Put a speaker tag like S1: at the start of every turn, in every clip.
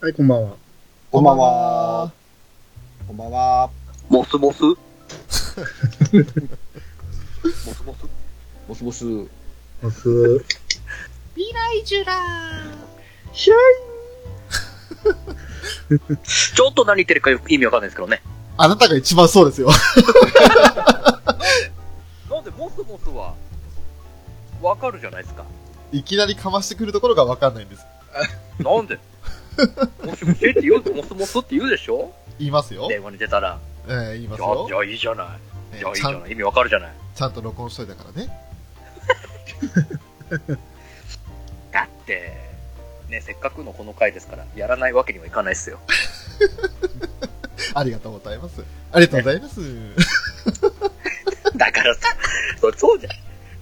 S1: はい、こんばんは。
S2: こんばんは。こんばんは。
S3: モスモスモスモス
S2: もしもし。
S1: モス。
S4: 未来ジュラー
S3: ちょっと何言ってるかよく意味わかんないですけどね。
S5: あなたが一番そうですよ。
S3: なんでモスモスは、わかるじゃないですか。
S5: いきなりかましてくるところがわかんないんです。
S3: なん でもしもしって言う、モスモスって言うでしょ
S5: 言いますよ。
S3: 電話に出たら。
S5: えー言います
S3: じゃあ、
S5: よ
S3: じ。ゃあいいじゃない。
S5: え
S3: じゃあい
S5: ー
S3: いじ
S5: ちゃ
S3: ゃ
S5: ん
S3: ない。意味わかるじゃない。
S5: ちゃんと録音しといたからね。
S3: だって、ね、せっかくのこの回ですから、やらないわけにはいかないっすよ。
S5: ありがとうございます。ありがとうござい ます。
S3: だからさ、それそうじゃん。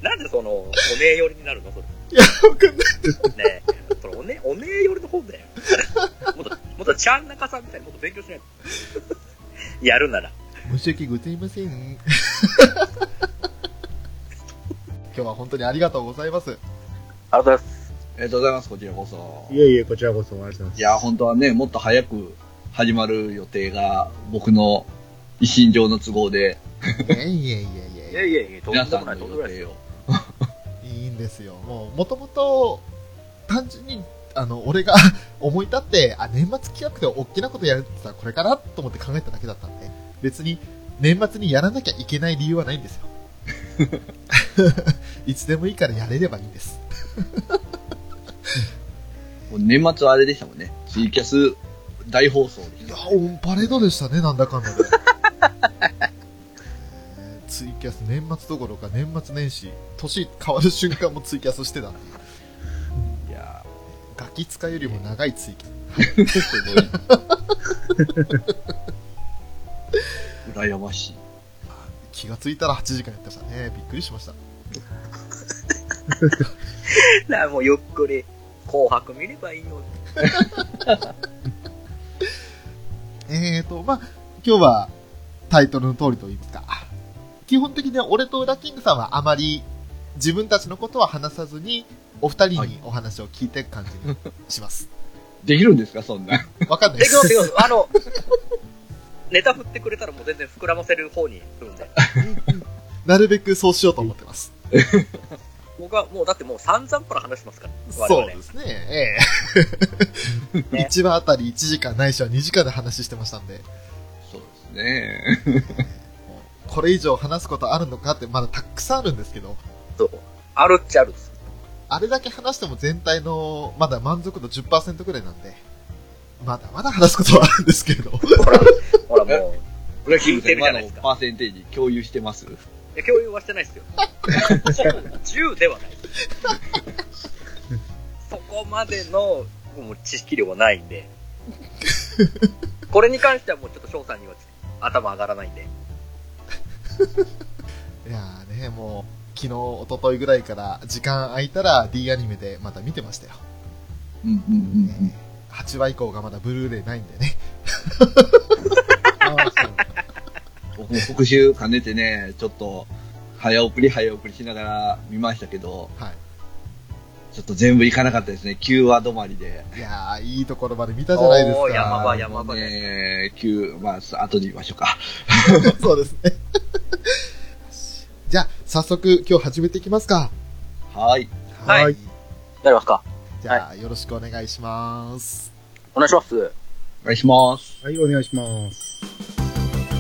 S3: なんでその、お姉寄りになるのそれ。
S5: わかんない
S3: ねえ、それおね、お姉寄りの方だよ。もっと、もっとちゃん中さんみたいにもっと勉強しないと。やるなら。
S5: 申し訳ございません。 今日は本当にありがとうございます。
S3: ありがとうございます。
S2: ありがとうございます。こちらこそ。
S1: いえいえ、こちらこそありがとうございま
S2: いや、本当はね、もっと早く始まる予定が、僕の一身上の都合で、
S5: いやいやいや
S3: い
S5: い
S3: や
S5: やい
S3: いやいや、とんで
S2: 皆さ
S3: も
S2: ん
S3: な
S2: の
S3: い、とんでも
S2: 予
S3: ない
S2: 定
S3: ですよ。
S2: を。
S5: や、いいんですよ。もう、もともと、単純に、あの、俺が思い立って、あ、年末企画で大きなことやるって言ったらこれかなと思って考えただけだったんで、別に、年末にやらなきゃいけない理由はないんですよ。いつでもいいからやれればいいんです。
S2: もう年末はあれでしたもんね。ツイキャス大放送で
S5: い
S2: し
S5: や
S2: た。
S5: オンパレードでしたね、なんだかんだで。えーツイキャス、年末どころか年末年始、年変わる瞬間もツイキャスしてたんで、
S2: いや
S5: ガキ使よりも長いツイキャス。
S2: ー、すごい。 羨ましい。
S5: 気がついたら8時間やってましたね。びっくりしました。
S3: なあもうゆっくり、紅白見ればいいよ。
S5: えーと、まあ、今日はタイトルの通りと言いますか。基本的には俺とウラキングさんはあまり自分たちのことは話さずに、お二人
S2: は
S5: に
S2: い
S5: お話を聞いていく感じにし ます。
S2: できるんですか、そんな。
S5: わかんない
S3: で
S5: で
S3: きま
S5: す。
S3: すできますあの、ネタ振ってくれたらもう全然膨らませる方にするんで。
S5: なるべくそうしようと思ってます。
S3: 僕はもうだってもう散々から話してますから。我
S5: そう
S3: 々
S5: ですね。ええ。
S3: ね
S5: 1話あたり1時間ないしは2時間で話してましたんで、
S2: そうですね。
S5: これ以上話すことあるのかってまだたくさんあるんですけど、
S3: そう。あるっちゃあるんです。
S5: あれだけ話しても全体のまだ満足度10%ぐらいなんで、まだまだ話すことはあるんですけれど、
S3: ほら、ほらもう。
S2: これ聞い
S3: て
S2: て
S3: るじゃ
S2: 今
S3: ない
S2: の
S3: ですか
S2: パーセンテージ共有してます
S3: いや共有はしてない ですよ。10ではない。そこまでのもう知識量はないんで。これに関してはもうちょっと翔さんには頭上がらないんで。
S5: いやーね、もう、昨日、一昨日ぐらいから時間空いたら D アニメでまた見てましたよ。
S2: うんうんうんうん。
S5: 8話以降がまだブルーレイないんでね。
S1: す。
S2: 僕も復習兼ねてね、ちょっと、早送り早送りしながら見ましたけど、
S5: は
S2: ちょっと全部いかなかったですね。9話止まりで。
S5: い。いやー、いいところまで見たじゃないです
S3: お
S5: か。
S3: ー山場
S2: あの
S3: 山場ね
S2: ね。9、まあ、後で言いましょうか。
S5: そうですね。じゃあ、早速、今日始めていきますか。
S2: はい。
S3: はいなりますか
S5: じゃあ、よろしくお願いします。
S3: お願いします。
S2: お願いします。
S1: はい、お願いします。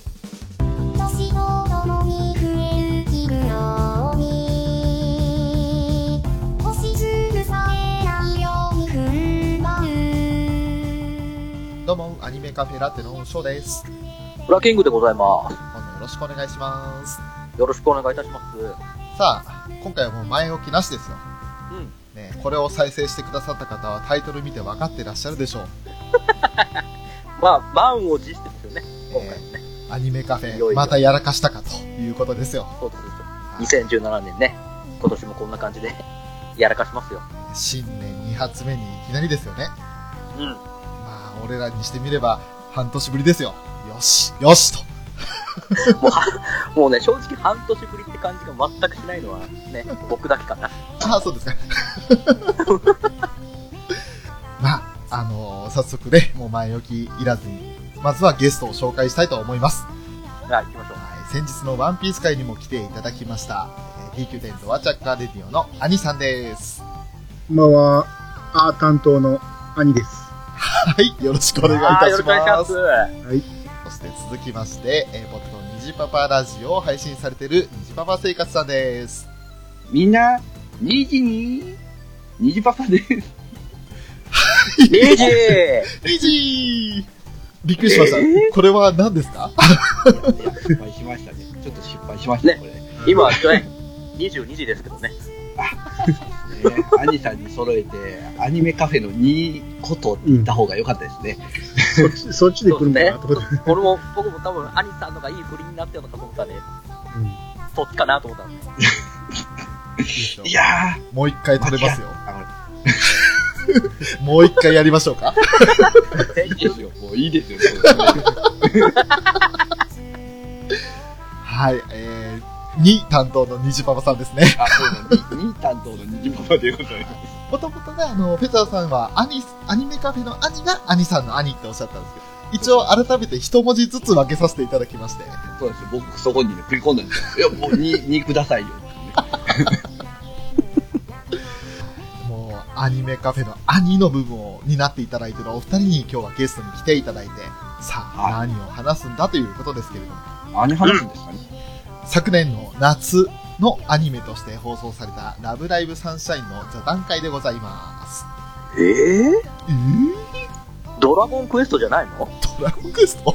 S6: 年とともに増える気分ように押しつぶされないように踏ん張る
S5: どうも、アニメカフェラテのショーです。
S3: フラキングでございま
S5: 今度よろしくお願いします。
S3: す。よろしくお願いいたします。
S5: さあ、今回はもう前置きなしですよ。
S3: うん。
S5: ね、これを再生してくださった方はタイトル見て分かってらっしゃるでしょう。
S3: まあ、満を持してですよね。今回ね。
S5: アニメカフ
S3: いよいよ
S5: ェ、またやらかしたかということですよ。
S3: そうですそうです。2017年ね。今年もこんな感じで、やらかしますよ。
S5: 新年2発目にいきなりですよね。
S3: うん。
S5: まあ、俺らにしてみれば、半年ぶりですよ。よし、よしと。
S3: もうね、正直半年ぶりって感じが全くしないのはね、僕だけかな。
S5: ああ、そうですか。 まあ、あのー早速ね、もう前置きいらずに、まずはゲストを紹介したいと思います。
S3: じゃあ行きましょう。
S5: はい先日のワンピース会にも来ていただきました、えー DQ テントはチャッカーレディオのアニさんです。
S1: こんばんは。あー担当の兄です。
S5: はい、よろしくお願いい
S3: あー
S5: た
S3: よろ
S5: し
S3: くお願いし
S5: ま
S3: ますす。。
S5: そして続きまして、えー、ポッドのニジパパラジオを配信されているニジパパ生活さんです。
S2: みんな、2時に、2時パパ です。
S3: イエ
S5: ニジーびっくりしました。これは何です か
S2: いや失敗しましたね。ちょっと失敗しましたね、これ。
S3: ーイ今はね、22時ですけどね。
S2: ね、兄さんに揃えて、アニメカフェの2ことって言った方が良かったですね。
S1: そっち、そっちで来るんだなと
S3: そう
S1: 思っ
S3: で
S1: て。
S3: すね俺も、僕も多分、兄さんのがいい振りになったようなと思ったね。
S1: うん
S3: そっちかなと思ったんです。
S2: いや
S5: もう一回
S2: ー、
S5: 取れますよ。
S2: あ
S5: もう一回やりましょうか。
S2: のいいですよ、もういいですよ。
S5: はい、えー、2担当のニジパパさんですね。
S2: あ、そうだ、2担当の2時パパでございます。
S5: もともとね、あの、フェザーさんは、アニ、アニメカフェの兄が、兄さんの兄っておっしゃったんですけど、一応改めて一文字ずつ分けさせていただきまして、
S2: そうです、僕そこにね、食い込んだんですよ。いや、もう2、2くださいよ。
S5: もう、アニメカフェの兄の部分を担っていただいているお二人に今日はゲストに来ていただいて、さあ、
S2: は
S5: 何を話すんだということですけれども、
S2: 何話すんですかね。
S5: 昨年の夏のアニメとして放送された、ラブライブサンシャインの座談会でございます。
S3: ええ
S5: えー
S3: ドラゴンクエストじゃないの
S5: ドラゴンクエスト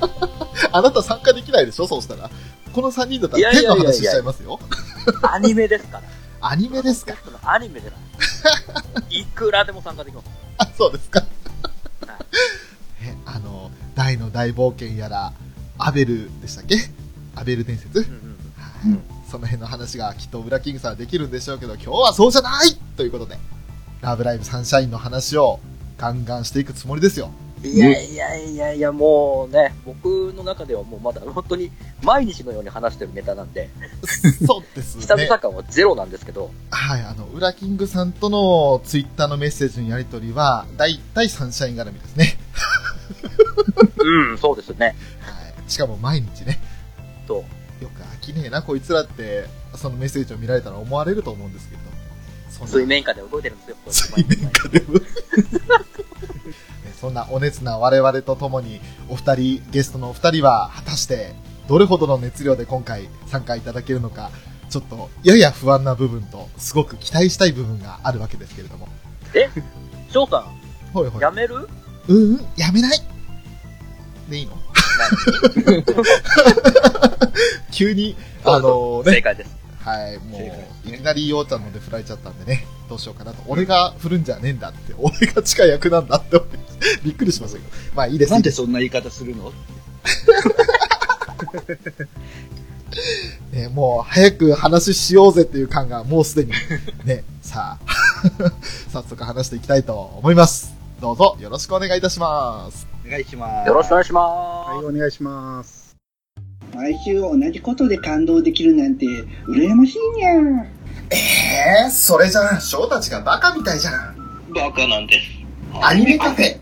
S5: あなた参加できないでしょそうしたら。この3人だった
S3: い
S5: ら
S3: やいや
S5: 天の
S3: いやいや
S5: 話しちゃいますよ。
S3: アニメですから。
S5: アニメですか
S3: ドラゴンクエストのアニメじゃない。いくらでも参加できます。
S5: あ、そうですか。え、あの、大の大冒険やら、アベルでしたっけアベル伝説、
S3: うんうん。
S2: うん
S5: その辺の話がきっとウラキングさんはできるんでしょうけど、今日はそうじゃないということで、ラブライブサンシャインの話をガンガンしていくつもり ですよ。
S3: いやいやいやいや、もうね、僕の中ではもうまだ本当に毎日のように話してるネタなんで、
S5: そうですね。
S3: 久々感はゼロなんですけど、
S5: はい、あの、ウラキングさんとのツイッターのメッセージのやり取りは、だいたいサンシャイン絡みですね。
S3: うん、そうですね。
S5: はい。しかも毎日ね、
S3: と、
S5: よく飽きねえな、こいつらって、そのメッセージを見られたら思われると思うんですけど。そんな
S3: 水面下で動いてるんですよ。
S5: 水面下でもそんなお熱な我々と共に、お二人、ゲストのお二人は、果たして、どれほどの熱量で今回参加いただけるのか、ちょっと、やや不安な部分と、すごく期待したい部分があるわけですけれども。
S3: 翔さん、
S5: ほいほい。
S3: やめる
S5: うんうん、やめないでいいの急に、あの
S3: 正
S5: ね、
S3: 解です。
S5: はい、も
S2: 正解です
S5: う、い
S2: ね
S5: きなりようちゃんので振られちゃったんでね、どうしようかなと。俺が振るんじゃねえんだって、俺が近い役なんだって思って、びっくりしましたけど。まあいいです
S2: なんで
S5: ね。
S2: そんな言い方するの
S5: ねもう、早く話しようぜっていう感がもうす でに、ね、さあ、 早速話していきたいと思います。どうぞよろしくお願いいたします。
S2: お願いします。
S3: よろしくお願いし
S1: はい、
S3: ま。
S1: お願いします。
S7: 毎週同じことで感動できるなんて羨ましいにゃ
S5: えー、それじゃあ、翔たちがバカみたいじゃん。
S7: バカなんです
S5: アニメカフェ。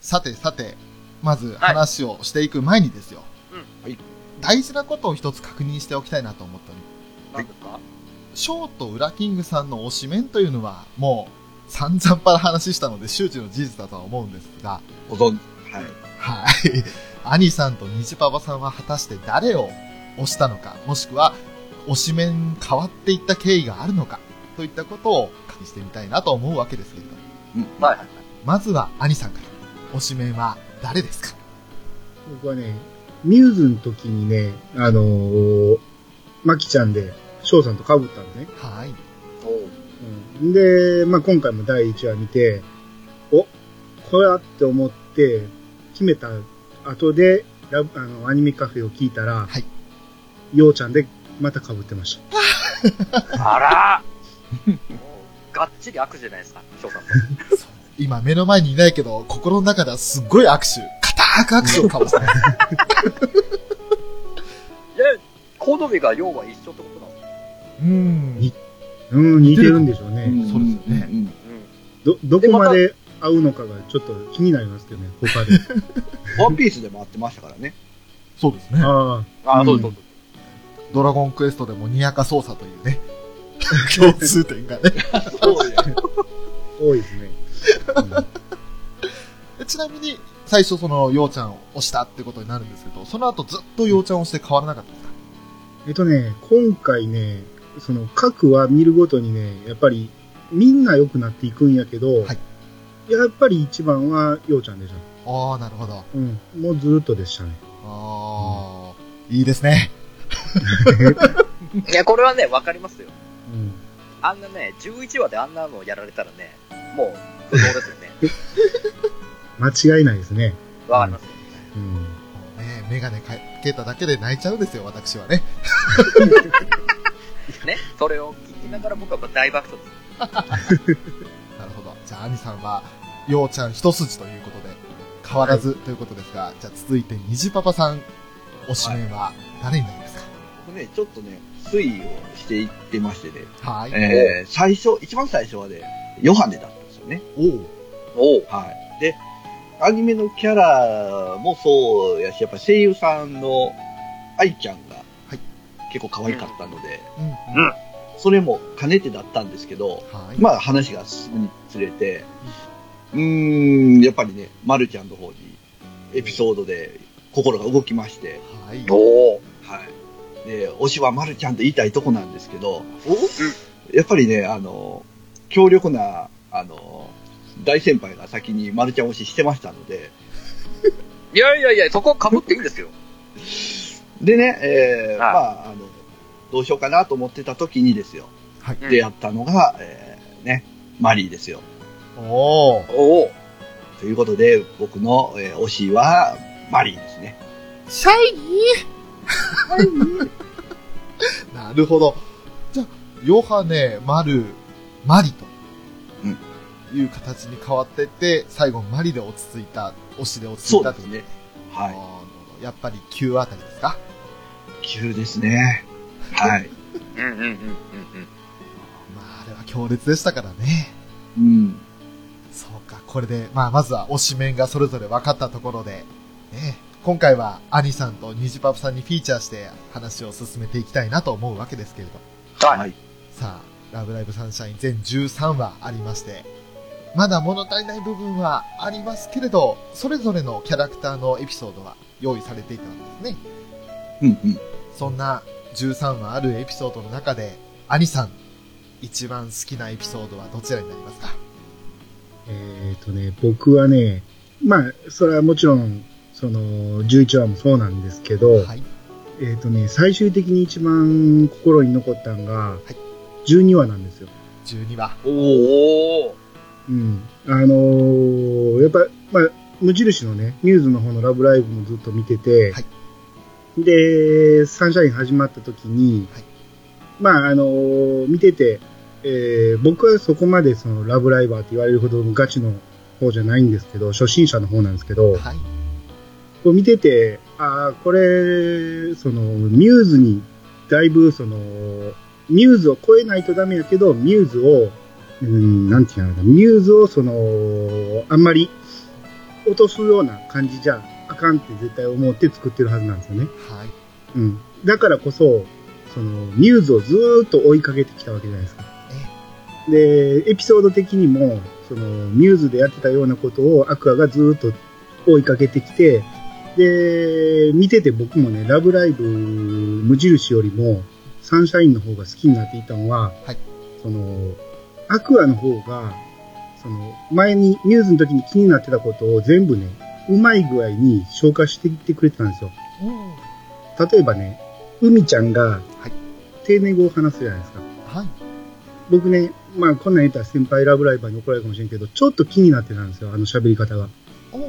S5: さてさて、まず話をしていく前にですよ。
S2: うんはい
S5: 大事なことを一つ確認しておきたいなと思っております
S3: なんですか
S5: す。ショーとウラキングさんの推しメンというのは、もう散々パラ話したので周知の事実だとは思うんですが、
S2: ご存知。はい。
S5: はい。 兄さんと虹パパさんは果たして誰を推したのか、もしくは推しメン変わっていった経緯があるのか、といったことを確認してみたいなと思うわけですけれども。
S2: うん。
S3: はいはい。
S5: まずは兄さんから。推しメンは誰ですか
S1: 僕はね、ミューズの時にね、あのー、マキちゃんで、翔さんと被ったのね。
S5: はい。
S1: うん、で、まあ、今回も第1話見て、おこれだって思って、決めた後で、ラブあのアニメカフェを聞いたら、
S5: はい
S1: ようちゃんでまた被ってました。
S3: あらもうがっちり悪じゃないですか、翔さん。
S5: そう今目の前にいないけど、心の中ではすっごい握手、固く握手を交わす。
S3: いや、好みが要は一緒ってことなの。
S5: うん。
S1: うん、似てるんでしょうね。
S5: そうですよね
S2: ん
S1: ど、どこまで合うのかがちょっと気になりますけどね、他で。
S2: ワンピースでも会ってましたからね。
S5: そうですね。
S1: あ
S3: あ
S1: ー
S3: あ、そうそうそう。
S5: ドラゴンクエストでもニヤカ操作というね、共通点がね。
S2: そうや。
S1: あ、多いですね。
S5: ちなみに、最初その、ようちゃんを押したってことになるんですけど、その後ずっとようちゃんを押して変わらなかったですか
S1: えっとね、今回ね、その各話見るごとにね、やっぱりみんな良くなっていくんやけど、
S5: はい
S1: やっぱり一番はようちゃんでした。
S5: ああ、なるほど。
S1: うん、もうずっとでしたね。
S5: ああ、いいですね。
S3: いや、これはね、わかりますよ。
S1: うん。
S3: あんなね、11話であんなのやられたらね、もう不動ですよね。
S1: 間違いないですね。
S3: わかりますよ。
S1: うん。
S5: ね、メガネかけただけで泣いちゃうんですよ、私はね。
S3: ね、それを聞きながら僕はこう大爆笑です。
S5: なるほど。じゃあ、兄さんは、ようちゃん一筋ということで、変わらずということですが、じゃあ続いて、虹パパさん、おしめは誰になります
S2: 僕ね、ちょっとね、推移をしていってましてね、
S5: かはい。
S2: えー、最初、一番最初はね、ヨハネだったんですよね。
S5: おう
S3: おう
S2: はい。で、アニメのキャラもそうやし、やっぱ声優さんの愛ちゃんが、
S5: はい
S2: 結構可愛かったので、
S5: うん。
S2: それも兼ねてだったんですけど、
S5: はい。
S2: まあ話が進むにつれて、うーん、やっぱりね、まるちゃんの方にエピソードで心が動きまして、
S5: はい。
S3: おう
S2: はい。で、推しはまるちゃんと言いたいとこなんですけど、
S3: お
S2: やっぱりね、あの、強力な、あの、大先輩が先にまるちゃん推ししてましたので、
S3: いやいやいや、そこ被っていいんですよ。
S2: でね、えー
S3: はい
S2: まあ、あの、どうしようかなと思ってた時にですよ、
S5: はい
S2: 出会ったのが、えーね、マリーですよ。
S5: おー
S3: おお
S2: ということで、僕の、えー推しは、マリーですね。
S4: シャイニ
S5: なるほど。じゃあ、ヨハネ、マル、マリと。
S2: うん
S5: いう形に変わってって、最後マリで落ち着いた、推しで落ち着
S2: そ
S5: いうた
S2: で
S5: と
S2: す
S5: いう
S2: ね。
S5: あー
S2: は
S5: ないる。ほどやっぱり9あたりですか
S2: 急ですね。はい。
S3: うんうんうんうんうん。
S5: まあ、あれは強烈でしたからね。
S2: うん。
S5: そうか、これで、まあ、まずは推し面がそれぞれ分かったところで、ね、今回はアニさんとニジパプさんにフィーチャーして話を進めていきたいなと思うわけですけれど。
S3: はい。
S2: い。
S5: さあ、ラブライブサンシャイン全13話ありまして、まだ物足りない部分はありますけれど、それぞれのキャラクターのエピソードは用意されていたんですね。
S2: うんうん。
S5: そんな13話あるエピソードの中で、アニさん、一番好きなエピソードはどちらになりますか
S1: えっ、とね、僕はね、まあ、それはもちろん、その、11話もそうなんですけど、
S5: はい。
S1: えっ、とね、最終的に一番心に残ったのが、12話なんですよ。
S5: 12話。
S3: おおお
S1: うん。あのーやっぱ、まあ、無印のね、ミューズの方のラブライブもずっと見てて、
S5: はい
S1: で、サンシャイン始まった時に、
S5: はい
S1: まあ、あのー見てて、えー僕はそこまでそのラブライバーって言われるほどのガチの方じゃないんですけど、初心者の方なんですけど、
S5: はい。
S1: こう見てて、ああ、これ、その、ミューズに、だいぶ、その、ミューズを超えないとダメやけど、ミューズを、うん、なんていうのかな、ミューズを、その、あんまり落とすような感じじゃあかんって絶対思って作ってるはずなんですよね。
S5: はい。
S1: うん。だからこそ、その、ミューズをずーっと追いかけてきたわけじゃないですか。で、エピソード的にも、その、ミューズでやってたようなことをアクアがずーっと追いかけてきて、で、見てて僕もね、ラブライブ無印よりも、サンシャインの方が好きになっていたのは、
S5: はい
S1: その、アクアの方が、その、前に、ミューズの時に気になってたことを全部ね、うまい具合に消化していってくれてたんですよ。
S5: うん。
S1: 例えばね、海ちゃんが
S5: い、
S1: 定年語を話すじゃないですか。
S5: はい。
S1: 僕ね、まあこんなん言ったら先輩ラブライバーに怒られるかもしれんけど、ちょっと気になってたんですよ、あの喋り方が。
S5: おー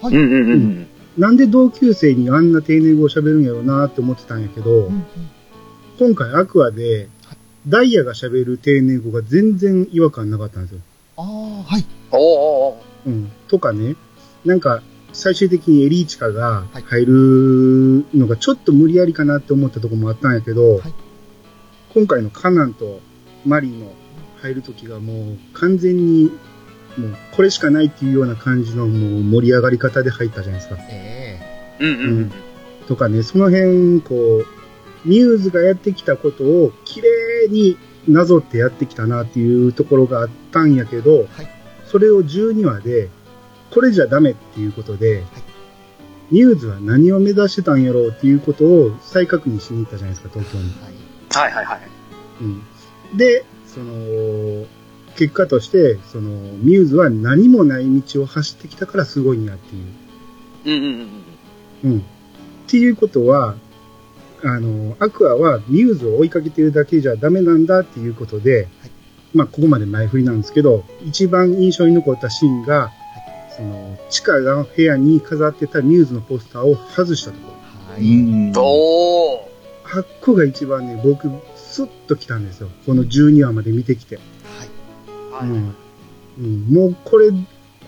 S5: は
S3: う
S5: い。
S3: んうんうんうん。
S1: なんで同級生にあんな定年語を喋るんやろうなって思ってたんやけど、
S5: うんうん
S1: 今回アクアで、ダイヤが喋る定年語が全然違和感なかったんですよ。
S5: ああ、はい。
S3: おーおーお
S1: うん、とかね、なんか、最終的にエリーチカが
S5: はい
S1: 入るのがちょっと無理やりかなって思ったとこもあったんやけど、
S5: はい
S1: 今回のカナンとマリンの入るときがもう完全に、もうこれしかないっていうような感じのもう盛り上がり方で入ったじゃないですか。
S5: え
S3: ーうんうんう
S1: うんん。とかね、その辺、こう、ミューズがやってきたことを綺麗になぞってやってきたなっていうところがあったんやけ
S5: は
S1: ど、
S5: い
S1: それを12話で、これじゃダメっていうことで、ミューズは何を目指してたんやろうっていうことを再確認しに行ったじゃないですか、東京に。
S5: えはい。
S3: はいはいはい。
S1: うん、で、その、結果として、その、ミューズは何もない道を走ってきたからすごいんやっていう。
S3: うんうんうんうん。
S1: うん。っていうことは、あの、アクアはミューズを追いかけてるだけじゃダメなんだっていうことで、まあ、ここまで前振りなんですけど、一番印象に残ったシーンが、その、地下が部屋に飾ってたミューズのポスターを外したところ。
S5: は
S2: う
S5: い。
S2: ん。
S3: おー
S1: 発個が一番ね、僕、スッと来たんですよ。この12話まで見てきて。
S5: はい。
S3: は
S1: う
S3: いはい
S1: ん。うん、もう、これ、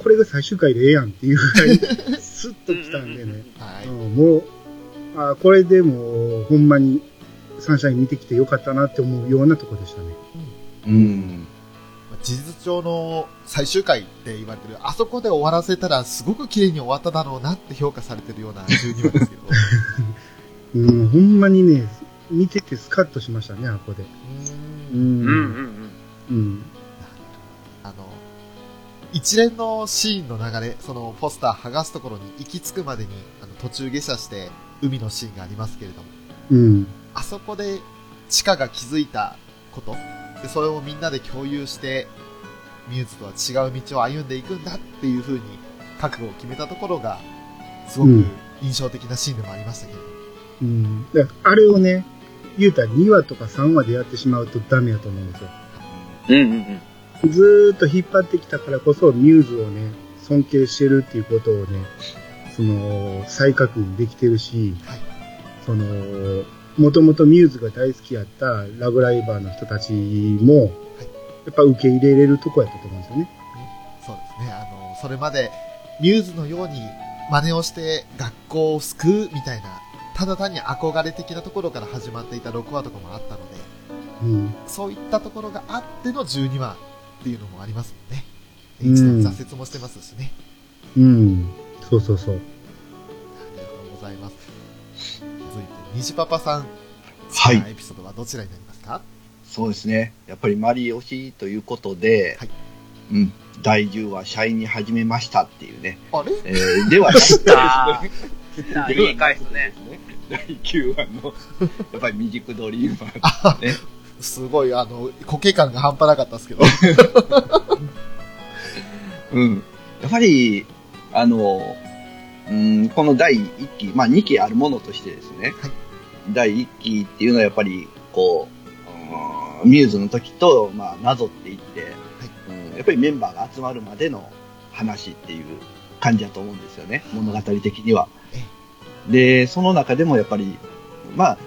S1: これが最終回でええやんっていうぐら い、スッと来たんでね。
S5: はい。
S1: うん、もう、あこれでもう、ほんまに、サンシャイン見てきてよかったなって思うようなとこでしたね。
S2: うん。
S5: 事実上の最終回って言われてる、あそこで終わらせたらすごく綺麗に終わっただろうなって評価されてるような12話ですけど。う
S1: うん、ほんまにね、見ててスカッとしましたね、あこで。
S5: ーん
S3: うんうんうん。
S1: うん。
S5: あの、一連のシーンの流れ、そのポスター剥がすところに行き着くまでに、あの途中下車して海のシーンがありますけれども、
S1: うん。
S5: あそこで地下が気づいたこと、でそれをみんなで共有して、ミューズとは違う道を歩んでいくんだっていう風に覚悟を決めたところが、すご
S1: う
S5: く
S1: ん
S5: 印象的なシーンでもありましたけれども、
S1: うん。だからあれをね、言うたら2話とか3話でやってしまうとダメやと思うんですよ。
S3: うんうんうん。
S1: ずーっと引っ張ってきたからこそ、ミューズをね、尊敬してるっていうことをね、その、再確認できてるし、
S5: はい
S1: その、もともとミューズが大好きやったラブライバーの人たちも、やっぱ受け入れれるとこやったと思うんですよね。
S5: そうですね、あの、それまでミューズのように真似をして学校を救うみたいな、ただ単に憧れ的なところから始まっていた6話とかもあったので、
S1: うん。
S5: そういったところがあっての12話っていうのもありますもんね。
S1: うん
S5: 一度挫折もしてますしね。
S1: うん。そうそうそう。
S5: ありがとうございます。続いて、虹パパさん。
S2: はい
S5: 好きなエピソードはどちらになりますか
S2: そうですね。やっぱりマリー推しということで、
S5: はい
S2: うん。第10話、シャイに始めましたっていうね。
S5: あれ
S2: えー、 では、 知った
S3: あ言い返すね。
S2: 第9話の、やっぱり未熟ドリーマー
S5: すごい、あの、固形感が半端なかったですけど。
S2: うん。やっぱり、あの、うん、この第1期、まあ2期あるものとしてですね、
S5: はい
S2: 第1期っていうのはやっぱり、こう、うんミューズの時と、まあ、なぞっていって、うんやっぱりメンバーが集まるまでの話っていう感じだと思うんですよね、物語的には。で、その中でもやっぱり、まあ、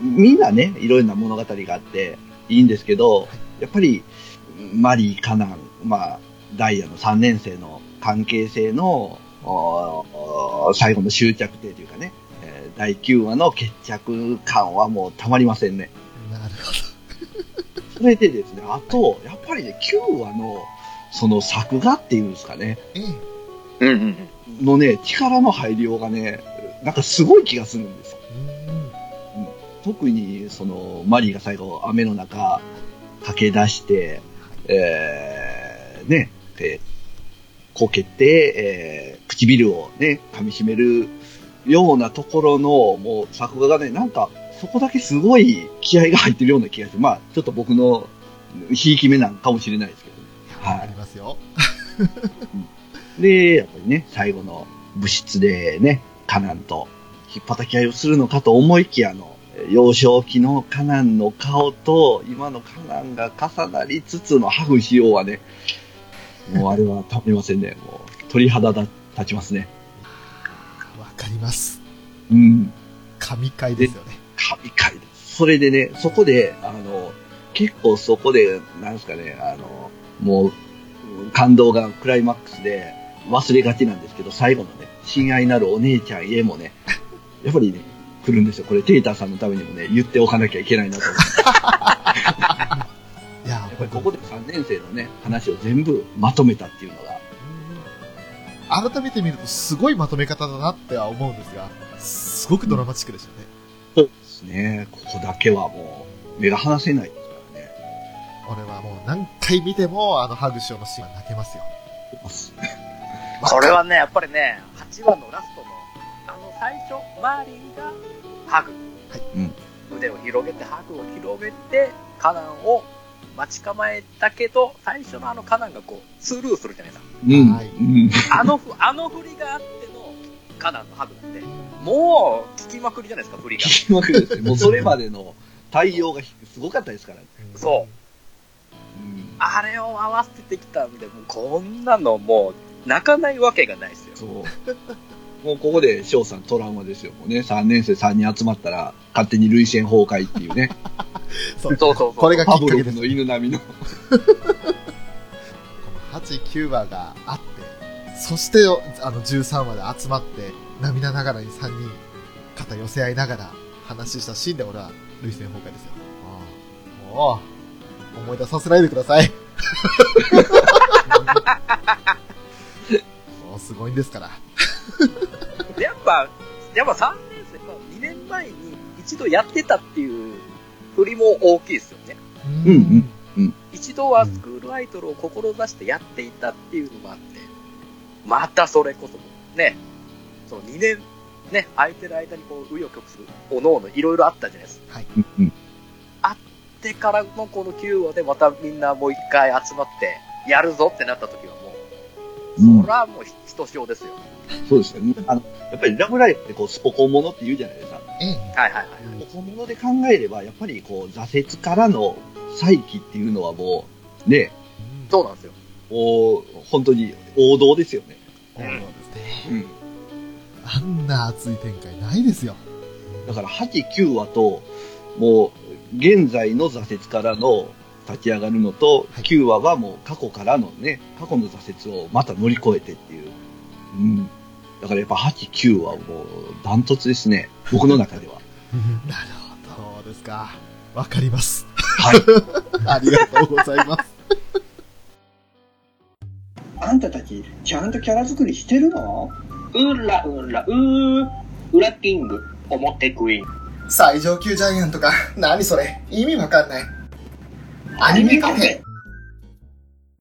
S2: うんみんなね、いろいろな物語があっていいんですけど、やっぱり、マリー、カナン、まあ、ダイヤの3年生の関係性のおーおー最後の終着点というかね、えー第9話の決着感はもうたまりませんね。
S5: なる
S2: それでですね、あと、やっぱりね、9話のその作画っていうんですかね、
S5: ええ
S3: うんうんうん。
S2: のね、力の配慮がね、なんかすごい気がするんですよ。
S5: うん。
S2: 特にそのマリーが最後雨の中駆け出して、えーね、えーこけて、えー唇をね、噛み締めるようなところの、もう作画がね、なんか、そこだけすごい気合が入ってるような気がする。まあ、ちょっと僕の、ひいき目なんかもしれないですけどね。はい
S5: ありますよ。
S2: で、やっぱりね、最後の部室でね、カナンと引っ叩き合いをするのかと思いきやあの、幼少期のカナンの顔と、今のカナンが重なりつつのハグしようはね、もうあれはたまりませんね。もう鳥肌だ立ちますね。
S5: わかります。
S2: うん。
S5: 神回ですよね。
S2: 神回です。それでね、そこで、あの、結構そこで、なんですかね、あの、もう、感動がクライマックスで忘れがちなんですけど、最後のね、親愛なるお姉ちゃんへもね、 やっぱりね、来るんですよ。これ、テーターさんのためにもね、言っておかなきゃいけないな と思って。
S5: いや、
S2: やっぱりこ
S5: 本
S2: こで3年生のね、話を全部まとめたっていうのが、
S5: 当に改めて見るとすごいまとめ方だなっては思うんですが、すごくドラマチックでしたね。
S2: そうですね。ここだけはもう、目が離せないですから
S5: 俺
S2: ね。
S5: はもう何回見ても、あの、ハグショーのシーンは泣けますよ。
S3: これはね、やっぱりね、8話のラストの、あの最初、マーリンがハグ。
S2: うん
S3: 腕を広げて、ハグを広げて、カナンを待ち構えたけど、最初のあのカナンがこう、スルーするじゃないです
S2: うん。
S5: はい。
S2: うん。
S3: か。あのふ、あの振りがあっての、カナンのハグなんで、もう、聞きまくりじゃないですか、振りが。
S2: うまくですね もうそれまでの対応がひすごかったですから。
S3: そう
S2: うん。
S3: あれを合わせてきたんで、もうこんなのもう、泣かないわけがないですよ。
S2: そう。 もうここで翔さんトラウマですよ。もうね、3年生3人集まったら、勝手に類腺崩壊って いうね、
S5: そう
S3: そうそうそう。
S5: これがきっ
S2: パ
S5: か
S2: ブロ
S5: け
S2: フ
S5: です。
S2: の犬並みの。
S5: この8、9話があって、そしてよあの13話で集まって、涙ながらに3人、肩寄せ合いながら話したシーンで俺は、涙腺崩壊ですよ。ああもう、思い出させないでくださ い。もうすごいんですから。
S3: やっぱ、やっぱ3年生、まあ2年前に一度やってたっていう振りも大きいですよね。
S5: うん
S2: うん。
S3: 一度はスクールアイドルを志してやっていたっていうのもあって、またそれこそ、ね、その2年、ね、空いてる間にこう、紆余曲折、おのおのいろいろあったじゃないですか。
S2: うん。
S3: でからのこの9話でまたみんなもう一回集まって、やるぞってなった時はもう、
S2: うん
S3: そらもうひひとしおですよ。
S2: そうですよね。あの、やっぱりラブライブってこう、スポコンものって言うじゃないですか。
S5: ええ
S3: はいはいはい。
S2: スポコンもので考えれば、やっぱりこう、挫折からの再起っていうのはもう、ね、
S3: そうなんですよ。
S2: もう、本当に王道ですよね。
S5: そうなんですね。
S2: うん。
S5: あんな熱い展開ないですよ。
S2: だから8、9話と、もう、現在の挫折からの立ち上がるのと、
S5: はい
S2: 9話はもう過去からのね、過去の挫折をまた乗り越えてっていう。うん。だからやっぱ8、9話はもう、ダントツですね。僕の中では。
S5: なるほど。そうですか。わかります。
S2: はい。
S5: ありがとうございます。
S7: あんたたち、ちゃんとキャラ作りしてるのうらうら、うー、うらキング、表クイーン。
S8: 最上級ジャイアントか。何それ意味わかんない。アニメカフェ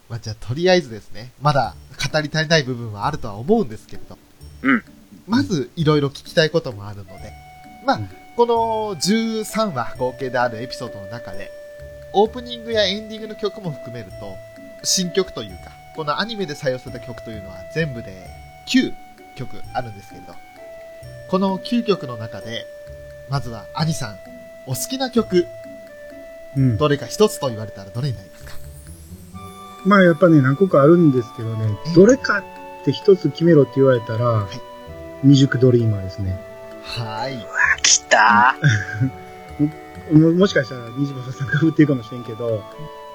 S5: まあ、じゃあ、とりあえずですね、まだ語り足りない部分はあるとは思うんですけれど。
S3: うん
S5: まず、いろいろ聞きたいこともあるので。まあ
S1: うん、
S5: この13話合計であるエピソードの中で、オープニングやエンディングの曲も含めると、新曲というか、このアニメで採用された曲というのは全部で9曲あるんですけれど、この9曲の中で、まずは、アニさん、お好きな曲、
S1: うん。
S5: どれか一つと言われたらどれになりますか
S1: まあやっぱね、何個かあるんですけどね
S5: え、
S1: どれかって一つ決めろって言われたら、未熟ドリーマーですね。
S5: はーい。
S3: あ、来たー。
S1: ももしかしたら西村さんかぶってるかもしれんけど、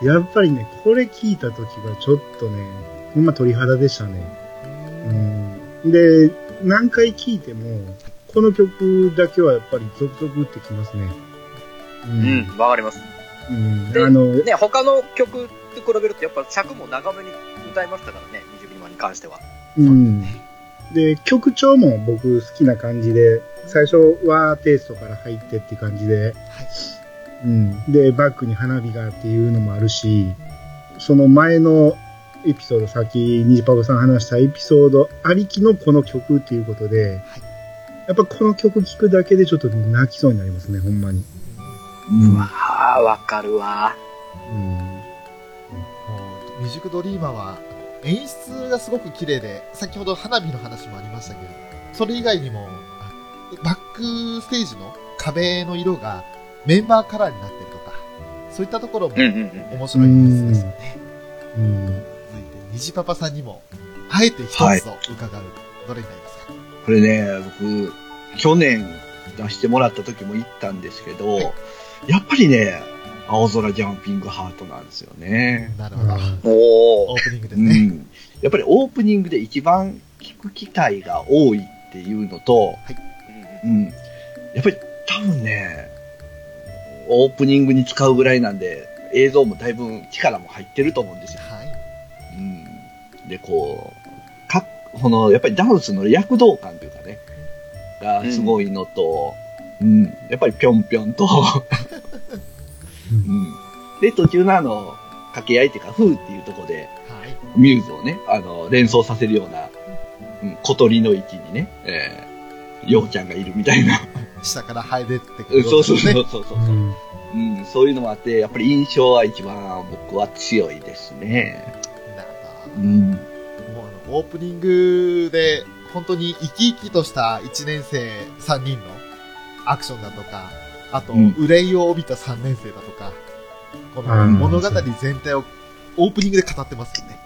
S1: やっぱりね、これ聞いた時がちょっとね、ほんま鳥肌でしたね。うん。で、何回聞いても、この曲だけはやっぱりゾクゾクってきますね。う。
S3: うんん、わかります。
S1: うん。
S3: で
S1: あの、
S3: ね、他の曲と比べると、やっぱ尺も長めに歌いましたからね、20ミリマンに関しては。
S1: うん。で、曲調も僕好きな感じで、最初はテイストから入ってって感じで、うん。で、バックに花火がっていうのもあるし、その前のエピソード、さっき、ニジパパさん話したエピソードありきのこの曲っていうことで、やっぱこの曲聴くだけでちょっと泣きそうになりますね、ほんまに。
S2: うん。
S3: ああ、わかるわ。
S1: うん。
S5: もう未熟ドリーマーは演出がすごく綺麗で、先ほど花火の話もありましたけど、それ以外にも、あバックステージの壁の色がメンバーカラーになってるとか、そういったところも
S3: うんうん
S5: 面白いニュースですよね。
S1: うん。
S5: 続いて、虹パパさんにも、あえて一つを
S2: はい
S5: 伺う、どれになりますか
S2: これね、僕、去年出してもらった時も言ったんですけど、やっぱりね、青空ジャンピングハートなんですよね。
S5: なるほど。
S3: お
S5: オープニングです
S2: う
S5: ね。
S2: ん。やっぱりオープニングで一番聞く機会が多いっていうのと、うん。やっぱり多分ね、オープニングに使うぐらいなんで、映像もだいぶ力も入ってると思うんですよ。
S5: はい。
S2: うん。で、こう、かこの、やっぱりダンスの躍動感というかね、がすごいのと、うん、やっぱりぴょんぴょんと、うん。で、途中のあの、掛け合いっていうか、風っていうところで、
S5: はい。
S2: ミューズをね、あの、連想させるような、うん、小鳥の位置にね、えー、ようちゃんがいるみたいな。
S5: 下から入れってく
S2: そう
S5: る。
S2: そうそうそう
S5: ね。
S2: そうそう
S1: う、ん。
S2: うん。そういうのもあって、やっぱり印象は一番僕は強いですね。
S5: なるほど
S2: うん。
S5: もうあの、オープニングで、本当に生き生きとした1年生3人のアクションだとか、あと、
S2: うん
S5: 憂いを帯びた3年生だとか、この
S1: うん
S5: 物語全体をオープニングで語ってますよね。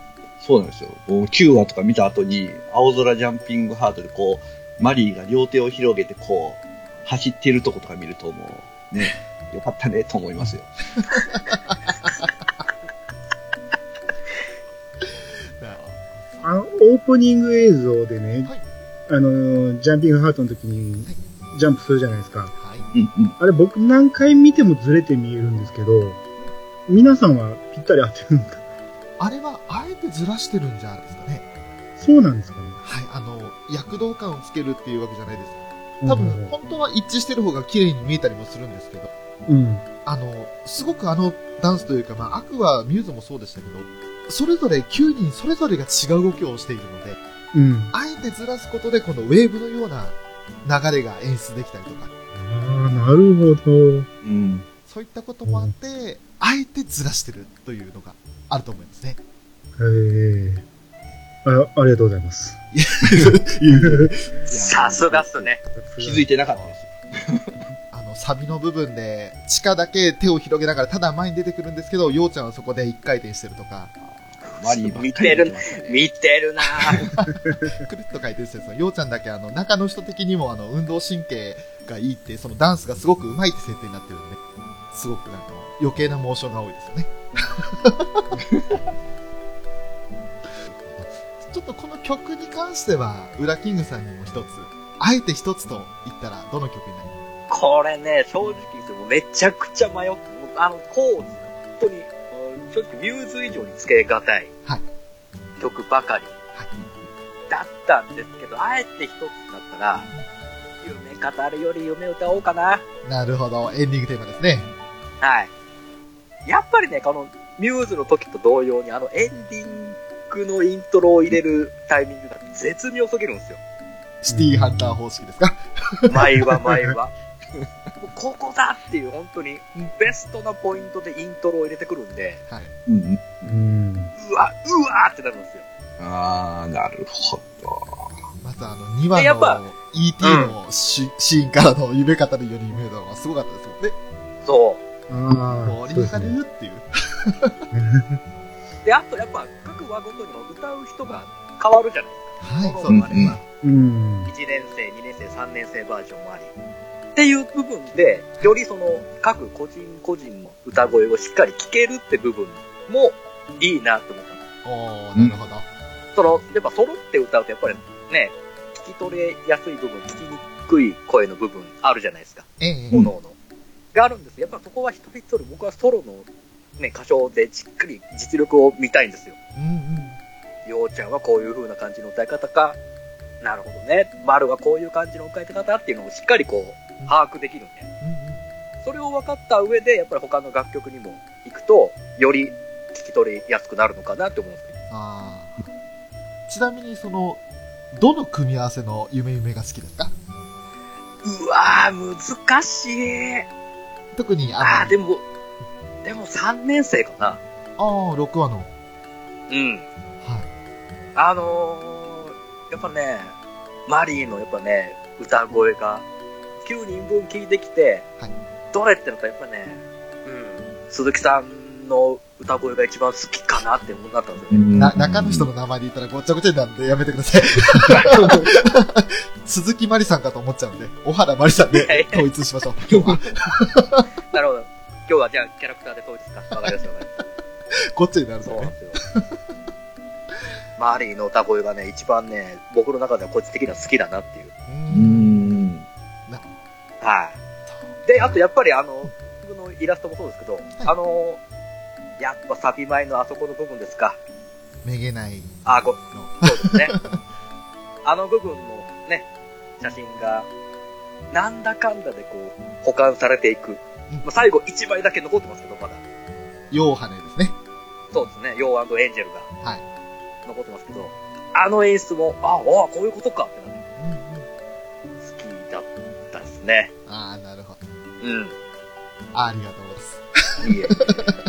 S2: そうなんですよ。こう9話とか見た後に、青空ジャンピングハートでこう、マリーが両手を広げてこう、走ってるとことか見るともう、ね、よかったねと思いますよ。
S5: なるほ
S1: あのオープニング映像でね、
S5: はい
S1: あのー、ジャンピングハートの時に
S5: はい
S1: ジャンプするじゃないですか。
S5: どはい。
S2: うんうん。
S1: あれ僕何回見てもずれて見えるんですけど、皆さんはぴったり合ってるんですか
S5: あれは、あえてずらしてるんじゃないですかね。
S1: そうなんですかね。
S5: はい。あの、躍動感をつけるっていうわけじゃないです。多分、
S1: うん
S5: 本当は一致してる方が綺麗に見えたりもするんですけど、
S1: うん。
S5: あの、すごくあのダンスというか、まあ、アクア、ミューズもそうでしたけど、それぞれ9人それぞれが違う動きをしているので、
S1: うん。
S5: あえてずらすことで、このウェーブのような流れが演出できたりとか、
S1: ああ、なるほど。
S2: うん。
S5: そういったこともあって、あえてずらしてるというのがあると思いますね。
S1: へえ。あありがとうございます。
S3: ーさすがっすね。
S2: 気づいてなかったです。
S5: あの、サビの部分で、地下だけ手を広げながら、ただ前に出てくるんですけど、ようちゃんはそこで一回転してるとか、
S2: マリーばっ
S3: 見
S2: かり
S3: て
S2: 見て
S3: る
S2: ましたね。
S3: 見てるなぁ。
S5: くるっと回転してるんですよ。ようちゃんだけ、あの、中の人的にも、あの、運動神経がいいって、そのダンスがすごく上手いって設定になってるんで、すごくなんか、余計なモーションが多いですよね。 ちょっとこの曲に関しては、ウラキングさんにも一つ、あえて一つと言ったら、どの曲になります
S3: これね、正直言うともうめちゃくちゃ迷って、もうあの、こう、本当に、うん正直ミューズ以上につけがたい
S5: はい
S3: 曲ばかり
S5: はい。
S3: だったんですけど、あえて一つだったら、夢語るより夢歌おうかな。
S5: なるほど、エンディングテーマですね。
S3: はい。やっぱりね、このミューズの時と同様に、あのエンディングのイントロを入れるタイミングが絶妙すぎるんですよ。
S5: シティーハンター方式ですか
S3: 前は前は。もう ここだっていう、本当にベストなポイントでイントロを入れてくるんで、
S5: はい。
S2: うんうん。
S1: うん。
S3: うわ、うわーってなるんですよ。
S2: ああ、なるほど。
S5: まずあの、2話
S3: でやっぱ
S5: の ET のシ,、シーンからの夢語るより夢歌はすごかったですもんね。
S3: そ
S1: ああ、
S5: 盛
S1: そ
S5: り
S1: うで
S5: 上が
S1: す
S5: る
S1: ね。
S5: っていう。
S3: う。で、あとやっぱ各話ごとにの歌う人が変わるじゃない
S5: は
S3: ですか。
S5: そう
S3: の
S5: です
S3: 場合
S5: ね。
S3: は
S1: うん。
S3: 1年生、2年生、3年生バージョンもあり。っていう部分で、よりその各個人個人の歌声をしっかり聴けるって部分もいいなと思った。
S5: おー、なるほど。
S3: その、やっぱ揃って歌うとやっぱりね、聞き取れやすい部分、聞きにくい声の部分あるじゃないですか。
S5: ええ
S3: 各々があるんです。やっぱそこは一人一人、僕はソロのね、歌唱でじっくり実力を見たいんですよ。
S5: うんうん。
S3: ようちゃんはこういう風な感じの歌い方か、なるほどね、丸はこういう感じの歌い方っていうのをしっかりこう、把握できるんで。それを分かった上で、やっぱり他の楽曲にも行くと、より聞き取りやすくなるのかなって思うんですけど。
S5: あーちなみに、その、どの組み合わせの夢夢が好きですか
S3: うわー、難しい。
S5: 特に、
S3: あ
S5: あ
S3: あ、でも、でも3年生かな。
S5: の、あー、6話の。は
S3: うん。
S5: い。
S3: あのー、やっぱね、マリーのやっぱね、歌声が9人分聞いてきて、
S5: はい
S3: どれってなったらやっぱね、うん、鈴木さんの歌声が一番好きかなって思ったんですよね。
S5: な、中の人の名前で言ったらごちゃごちゃになるんでやめてください。鈴木まりさんかと思っちゃうんで、小原まりさんで統一しましょう、今日は。
S3: なるほど。今日はじゃあキャラクターで統一か。わかりますよね。
S5: こっちになる
S3: そ
S5: と
S3: うなん
S5: ね。
S3: ですよ。マリーの歌声がね、一番ね、僕の中では個人的には好きだなっていう。
S5: う。
S2: うんん。
S3: はい。で、あとやっぱりあの、僕のイラストもそうですけど、あの、やっぱサビ前のあそこの部分ですか。
S5: めげない。
S3: あご
S5: の。
S3: そうですね。 あの部分のね、写真が、なんだかんだでこう、保管されていく。まあ、最後1枚だけ残ってますけど、まだ。
S5: ヨーハネですね。
S3: そうですね、ヨーエンジェルが。
S5: は
S3: 残ってますけど、あの演出も、ああ、こういうことかってなって
S5: うんうん。
S3: 好きだったですね。
S5: ああ、なるほど。
S3: うん。
S5: あありがとうございます。
S3: い いえ。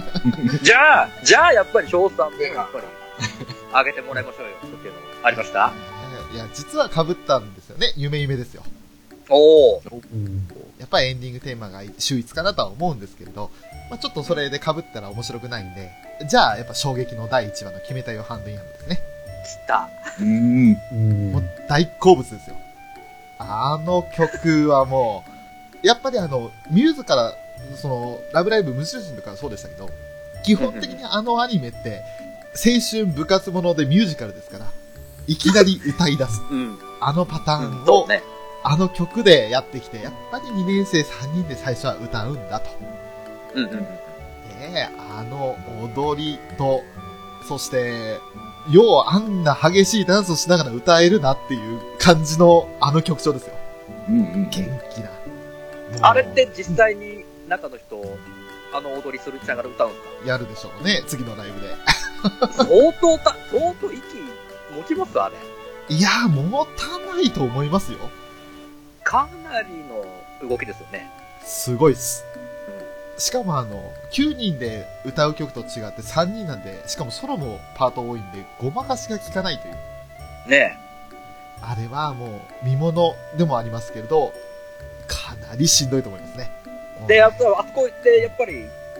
S3: じゃあ、じゃあやっぱり翔さんもやっぱり、あげてもらいましょうよっていうのありました
S5: いや、実は被ったんですよね。夢夢ですよ。
S3: おお。
S1: うん
S5: やっぱりエンディングテーマが秀逸かなとは思うんですけれど、まあ、ちょっとそれで被ったら面白くないんで、じゃあやっぱ衝撃の第1話の決めたよハンドインハンドですね。
S3: 来た。
S2: うん。
S1: うん
S5: もう大好物ですよ。あの曲はもう、やっぱりあの、ミューズから、その、ラブライブ無印とかそうでしたけど、基本的にあのアニメって、青春部活ものでミュージカルですから、いきなり歌い出す。
S3: うん。
S5: あのパターン
S3: そ
S5: を
S3: う、ね。
S5: あの曲でやってきて、やっぱり2年生3人で最初は歌うんだと。
S3: うんうんうん。
S5: ねえ、あの踊りと、そして、ようあんな激しいダンスをしながら歌えるなっていう感じのあの曲調ですよ。
S2: うんうん。
S5: 元気な。
S3: あれって実際に中の人、あの踊りするしながら歌うんです
S5: やるでしょうね、次のライブで。
S3: か相当た、相当息持ちますあれ。
S5: いやー、持たないと思いますよ。
S3: かなりの動きですよね。
S5: すごいっす。しかもあの、9人で歌う曲と違って3人なんで、しかもソロもパート多いんで、ごまかしが効かないという。
S3: ね
S5: あれはもう、見物でもありますけれど、かなりしんどいと思いますね。
S3: え。で、やっぱあそこ行って、やっぱり、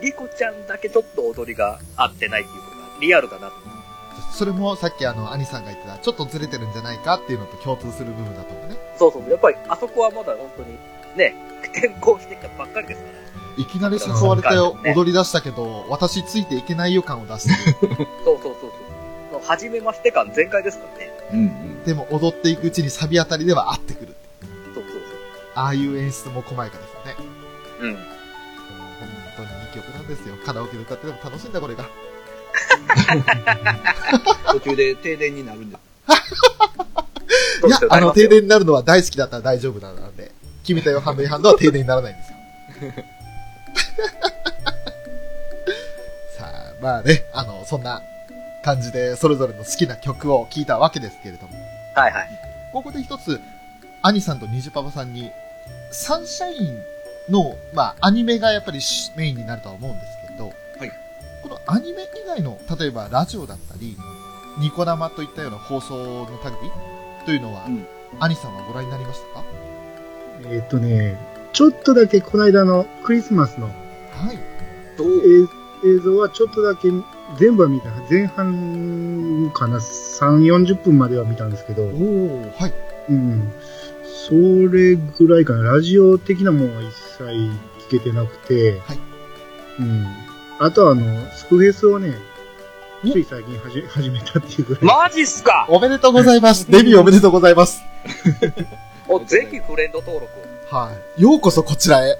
S3: リコちゃんだけちょっと踊りが合ってないっていうのがリアルだなと。
S5: それもさっきあの、兄さんが言ってた、ちょっとずれてるんじゃないかっていうのと共通する部分だと思うね。
S3: そうそう、やっぱりあそこはまだ本当に、ね、転校してきたばっかりですから。
S5: いきなり誘われて
S3: ね
S5: 踊り出したけど、私ついていけない予感を出 してる。
S3: そうそうそうそう。初めまして感全開ですからね。
S2: うん
S5: でも踊っていくうちにサビあたりでは合ってくる。
S3: そうそう
S5: ああいう演出も細やかですよね。
S3: そう。うん。
S5: もう本当にいい曲なんですよ。カラオケで歌ってても楽しいんだ、これが。
S2: 途中で停電になるんだ。
S5: いや、あの、停電になるのは大好きだったら大丈夫なので、決めたよ、ハンドインハンドは停電にならないんですよ。さあ、まあね、あの、そんな感じで、それぞれの好きな曲を聴いたわけですけれども、
S3: はいはい。
S5: ここで一つ、アニさんとニジパパさんに、サンシャインの、まあ、アニメがやっぱり主メインになるとは思うんですけど、
S2: はい
S5: このアニメ以外の、例えばラジオだったり、ニコ生といったような放送の類というのは、
S2: うん
S5: アニさんはご覧になりましたか
S1: えーっとね、ちょっとだけこの間のクリスマスの
S5: はい。
S3: ど
S1: え
S3: う
S1: ー映像はちょっとだけ全部は見た前半かな3 4 0分までは見たんですけど、
S5: おおはい。
S1: うん、それぐらいかなラジオ的なもんは一切聞けてなくて、
S5: はい
S1: うん、あとはあのスクフェスをね
S5: お
S1: つい最近始め 始めたっていうぐらい、
S3: マジっすか
S5: おめでとうございます。デビューおめでとうございます。
S3: おぜひフレンド登録を。
S5: はい。ようこそこちらへ。
S1: で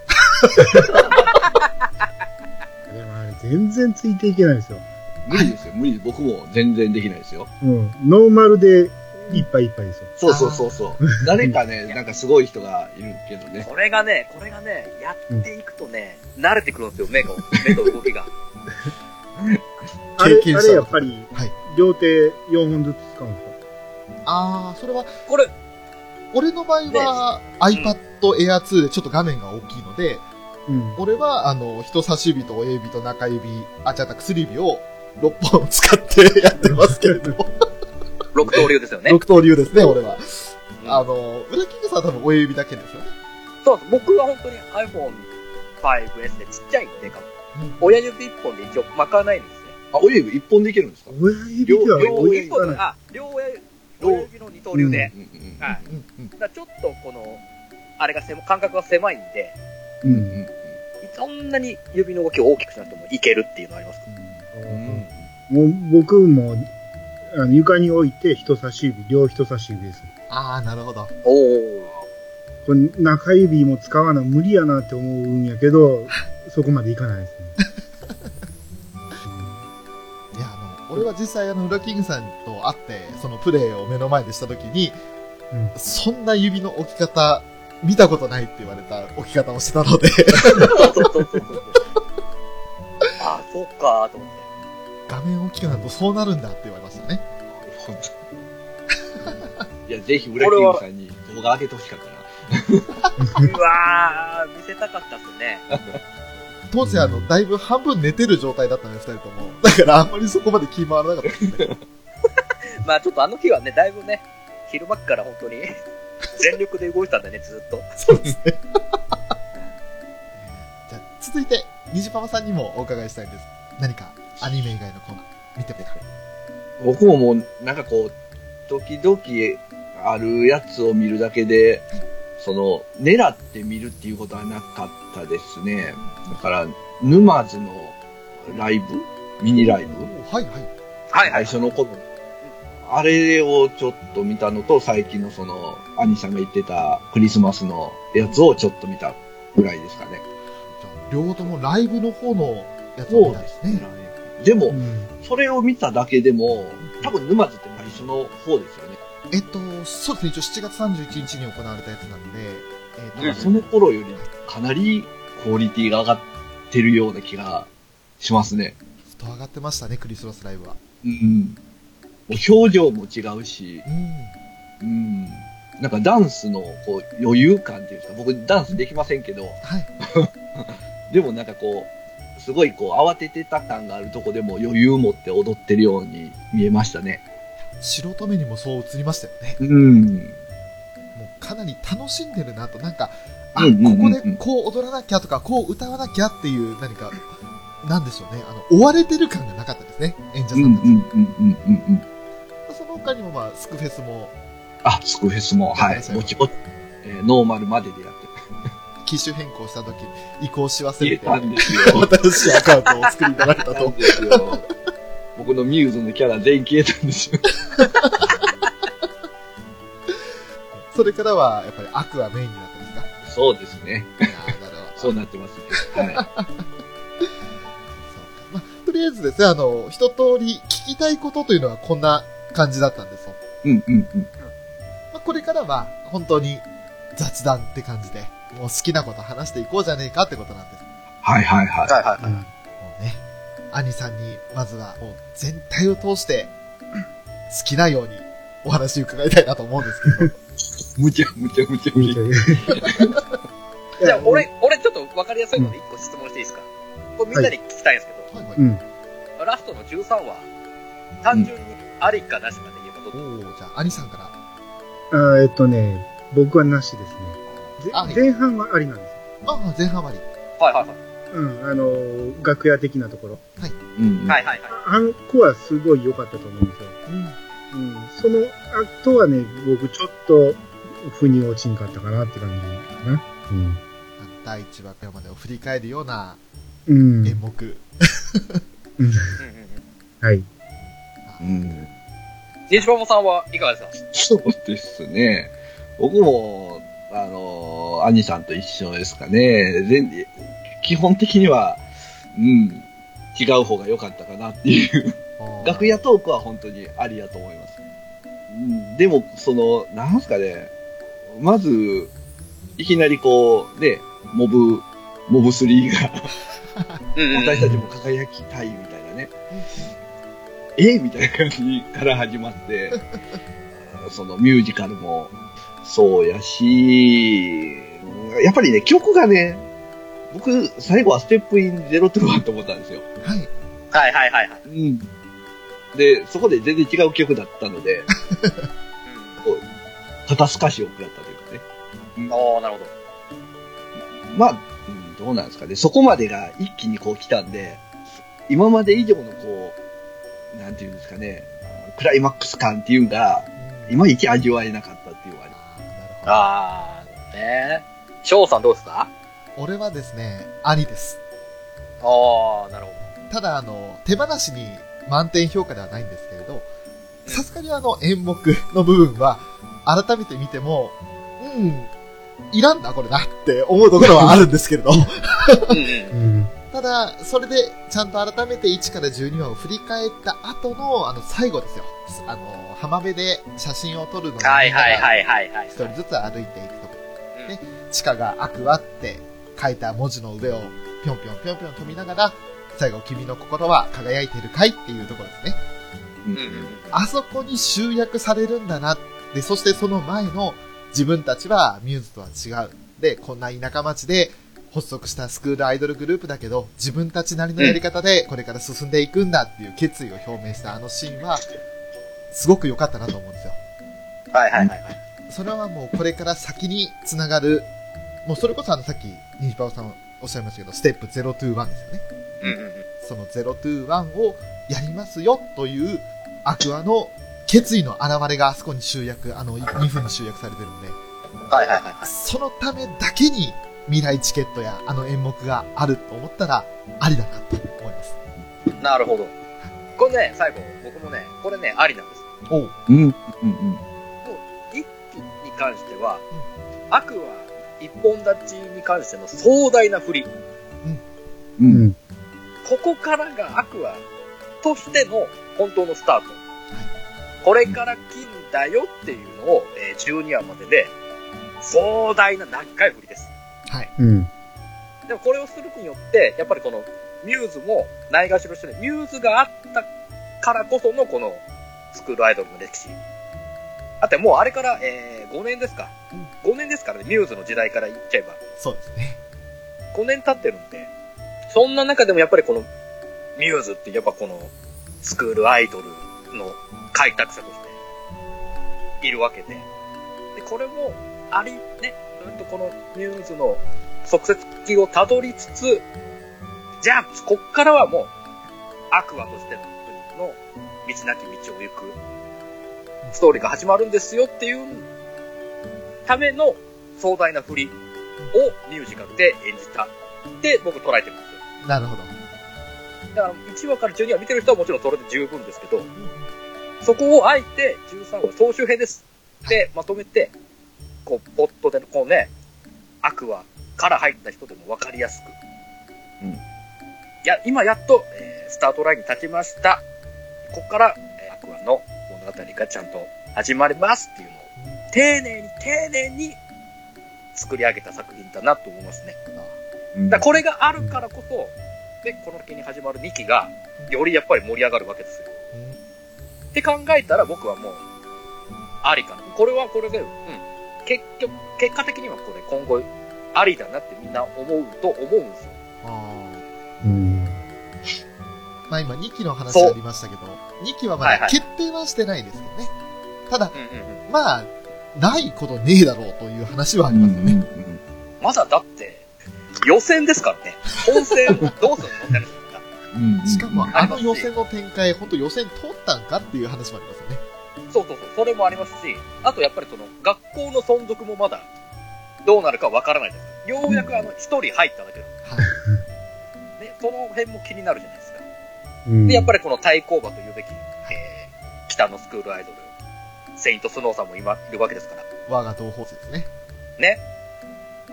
S1: もあれ全然ついていけないんですよ、
S2: 無理ですよ、無理です。僕も全然できないですよ。
S1: うん、ノーマルでいっぱいいっぱいですよ
S2: そうそうそうそう。誰かね、なんかすごい人がいるけどね。
S3: これがね、これがね、やっていくとね、慣れてくるんですよ、目が、目と動きが。
S1: あれ
S5: 経験
S1: あ
S5: 者
S1: れやっぱり、
S5: はい
S1: 両手4本ずつ使うんですよ
S5: ああ、それは、
S3: これ、
S5: 俺の場合は、iPad Air 2でちょっと画面が大きいので、
S1: うん
S5: 俺は、あの、人差し指と親指と中指、あ、じゃあ薬指を6本使ってやってます けれども、
S3: 六刀流ですよね。
S5: 6刀流ですね、俺は。
S3: うん
S5: あの、裏キングさんは多分親指だけですよね。
S3: そうです僕は本当に iPhone5S でちっちゃいっていうか、親指一本で一応巻かないんですね。
S2: あ、親指一本でいけるんですか
S1: 親指では
S3: 両
S1: 追い
S3: 指一
S1: つか
S3: 本
S1: ない
S3: で、あ、両親指両親指の二刀流で。
S2: うんうん
S3: はい。
S5: うんうん。
S3: だからちょっとこの、あれが狭、間隔が狭いんで、
S1: うん
S2: うん
S3: 一そんなに指の動きを大きくしなくてもいけるっていうのはありますか
S2: うん。
S1: もう僕もあの床に置いて人差し指、両人差し指です。
S5: ああ、なるほど。
S3: おお。
S1: これ中指も使わな無理やなって思うんやけど、そこまでいかないですね。
S5: いや、あの、俺は実際、あの、裏キングさんと会って、そのプレイを目の前でしたときに、
S1: うん
S5: そんな指の置き方、見たことないって言われた置き方をしてたの で、
S3: そうそうそうそうそう。あ、そうか、と思って。
S5: 画面大きくなるとそうなるんだって言われましたね。
S2: いや、ぜひ、裏キングさんに動画上げてほしかったな。
S3: うわー、見せたかったっすね。
S5: 当時、あの、だいぶ半分寝てる状態だったのよ、二人とも。だから、あんまりそこまで気回らなかったですね。
S3: まあちょっとあの日はね、だいぶね、昼間っから本当に全力で動いてたんだよね、ずっと。
S5: そうです ね。じゃあ続いて、虹パパさんにもお伺いしたいんです。何か、アニメ以外のコーナー、見てみてくれ。
S2: 僕ももう、なんかこう、時々あるやつを見るだけで、その、狙って見るっていうことはなかったですね。だから、沼津のライブミニライブ
S5: おーはいはい。
S3: は
S2: 最初の頃。あれをちょっと見たのと、最近のその、兄さんが言ってたクリスマスのやつをちょっと見たぐらいですかね。
S5: じゃあ両方ともライブの方のやつを見たんですね。
S2: でも、
S1: うん
S2: それを見ただけでも、多分沼津って最初の方ですよね。
S5: えっと、そうですね、一応7月31日に行われたやつなんで、えっと、
S2: その頃よりかなりクオリティが上がってるような気がしますね。
S5: ずっと上がってましたね、クリスマスライブは。
S2: うん。表情も違うし、
S5: うん。
S2: うん。なんかダンスのこう余裕感っていうんですか、僕ダンスできませんけど、
S5: はい。
S2: でもなんかこう、すごいこう慌ててた感があるとこでも余裕持って踊ってるように見えましたね。
S5: 素人目にもそう映りましたよね。
S2: うん。
S5: もうかなり楽しんでるなと、なんか、あ、
S2: うんうんうんうん
S5: ここでこう踊らなきゃとか、こう歌わなきゃっていう、何か、なんでしょうね、あの、追われてる感がなかったですね、演者さ
S2: うんうんん
S5: た
S2: う
S5: ち。
S2: んうんうんうん。
S5: その他にも、まあ、スクフェスも、
S2: あ、スクフェスも、は
S5: やってらっ
S2: い
S5: しゃ。い
S2: も
S5: ます
S2: ちろん、えーノーマルまででやって
S5: 機種変更した時、移行し忘
S2: 消
S5: れ
S2: え
S5: て、
S2: たん
S5: 新
S2: ですよ。
S5: しいアカウントをお作りいただいた
S2: 消えた
S5: と
S2: ん。ですよ。僕のミューズのキャラ全員消えたんですよ。
S5: それからは、やっぱりアクアメインになったんですか
S2: そうですね。
S5: いやーなるほど。
S2: そうなってますね。は
S5: そうかまあ、とりあえずですね、あの、一通り聞きたいことというのはこんな感じだったんですよ。
S2: い。うんうんうん。
S5: まあ、これからは本当に雑談って感じで、もう好きなこと話していこうじゃねえかってことなんです。も
S2: はいはいはい。
S3: はいはいはい。
S5: うね、兄さんにまずはもう全体を通して好きなようにお話伺いたいなと思うんですけど。
S2: むちゃむちゃむちゃむちゃ。
S1: い
S3: じゃ
S1: や
S3: あ、俺、俺ちょっと分かりやすいので1個質問していいですか、これみんなに聞きたいんですけ
S5: は
S3: ど、
S5: いはい。
S1: うん。
S3: ラストの13話、単純にありかなしかで言えばどう、
S5: おーじゃあ兄さんから。
S1: あーえっとね、僕はなしですね。ぜ
S5: あはい
S1: 前半はありなんですよ。
S5: ああ、前半まで。
S3: はいはいはい。
S1: うん、あのー、楽屋的なところ。
S2: うん。。
S3: はいいはいはい。
S1: あんこはすごい良かったと思うんですよ。
S5: うん。
S1: うん。その後はね、僕ちょっと、腑に落ちんかったかなって感じかな。
S5: 第1話からまでを振り返るような
S1: うん。うん。
S5: 演目。
S1: うん
S3: うんうんうん。
S1: はい。
S2: うん。
S3: 西桃さんはいかがですか
S2: そうですね。僕も、あのー、兄さんと一緒ですかね。全基本的には、うん、違う方が良かったかなっていう。
S5: あー
S2: 楽屋トークは本当にありやと思います。うんでも、その、なんすかね、まず、いきなりこう、ね、モブ、モブ3が、
S3: うんうん。
S2: 私たちも輝きたいみたいなね、えみたいな感じから始まって、 そのミュージカルもそうやし、やっぱりね、曲がね、僕、最後はステップイン02と思ったんですよ。
S5: はい。
S3: はいはいはいはい。
S2: うん。で、そこで全然違う曲だったので、肩透かしを食らったというかね。
S3: うん、おー、なるほど。
S2: まあ、うんどうなんですかね。そこまでが一気にこう来たんで、今まで以上のこう、なんていうんですかね、クライマックス感っていうのが、いまいち味わえなかったっていうのはありま
S5: あーなるほど。
S3: あー、ねえ。翔さんどうですか
S5: い俺はですね、ありです。
S3: ああ、なるほ
S5: ただ、あの、手放しに満点評価ではないんですけれど、さすがにあの演目の部分は、改めて見ても、うん、いらんな、これなって思うところはあるんですけれ ど、
S3: ど。うんうん。
S1: うん。
S5: ただ、それで、ちゃんと改めて1から12話を振り返った後の、あの、最後ですよ。あの、浜辺で写真を撮るのに
S3: はいはいはいはいはい。
S5: 一人ずつ歩いていくとこ
S3: うん
S5: ね、地下がアクアって書いた文字の上をぴょんぴょんぴょんぴょん飛びながら、最後、君の心は輝いてるかいっていうところですね。
S2: うん
S3: うんうん。
S5: あそこに集約されるんだな。で、そしてその前の自分たちはミューズとは違う。で、こんな田舎町で発足したスクールアイドルグループだけど、自分たちなりのやり方でこれから進んでいくんだっていう決意を表明したあのシーンは、すごく良かったなと思うんですよ。
S3: はいはいはいはい。
S5: それはもうこれから先に繋がる、もうそれこそあのさっき、ニジパオさんおっしゃいましたけど、ステップ0 to 1ですよね。
S3: うんうんうん。
S5: その0 to 1をやりますよというアクアの決意の表れがあそこに集約、あの2分に集約されてるんで、
S3: はいはいはい。
S5: そのためだけに未来チケットやあの演目があると思ったらありだなと思います。
S3: なるほど。これね、最後、僕もね、これね、ありなんです。
S5: おう。
S2: うん。うん。
S3: 一気に関しては、悪は一本立ちに関しての壮大な振り。
S2: う。
S1: うんん。
S3: ここからが悪はとしての本当のスタート。これから金だよっていうのを、えー12話までで、壮大な長い振りです。
S1: うん。
S3: でもこれをするによって、やっぱりこのミューズもないがしろしてね、ミューズがあったからこそのこのスクールアイドルの歴史。だってもうあれから、えー5年ですか、?5 年ですからね、ミューズの時代から言っちゃえば。
S5: そうですね。
S3: 5年経ってるんで、そんな中でもやっぱりこのミューズってやっぱこのスクールアイドルの開拓者としているわけで、で、これもあり、ね、うんとこのミューズの足跡をたどりつつ、じゃあ、こっからはもう、アクアとしての道なき道を行く、ストーリーが始まるんですよっていうための壮大な振りをミュージカルで演じたって僕捉えてます。
S5: なるほど。
S3: だから1話から12話見てる人はもちろんそれで十分ですけど、そこをあえて13話総集編ですってまとめて、こう、ポットでのこうね、アクアから入った人でも分かりやすく。
S2: うん
S3: いや、今やっと、えースタートラインに立ちました。ここから、えーアクアの物語がちゃんと始まりますっていうのを、丁寧に丁寧に作り上げた作品だなと思いますね。
S2: うん
S3: だからこれがあるからこそ、で、この時に始まる2期が、よりやっぱり盛り上がるわけですよ。って考えたら僕はもう、ありかな。これはこれで、うん。結局、結果的にはこれ今後、ありだなってみんな思うと思うんですよ。
S5: あ
S1: うん。
S5: ーまあ今2期の話ありましたけど、2期はま
S3: はいは
S5: だ
S3: い
S5: 決定はしてないですけどね。ただ、
S3: うんうんうん。
S5: まあ、ないことねえだろうという話はあ
S2: う
S5: り
S2: ん
S5: ますよね。
S2: うん
S3: まだだって、予選ですからね。本戦をどうするのって話だか
S2: うんうん
S5: しかも、
S3: あ
S5: あ
S3: りま
S5: の
S3: すね
S5: 予選の展開、本当予選通ったんかっていう話もありますよね。
S3: ら。そうそうそう。それもありますし、あとやっぱりその、学校の存続もまだ、どうなるかわからないです。ようやくあの、一人入っただけで
S5: はい。
S3: ね、その辺も気になるじゃないですか。
S1: うん。
S3: で、やっぱ
S1: り。
S3: りこの対抗馬というべき、えー、北のスクールアイドル、セイントスノーさんも今いるわけですから、
S5: 我が同胞説ですね。
S3: ね。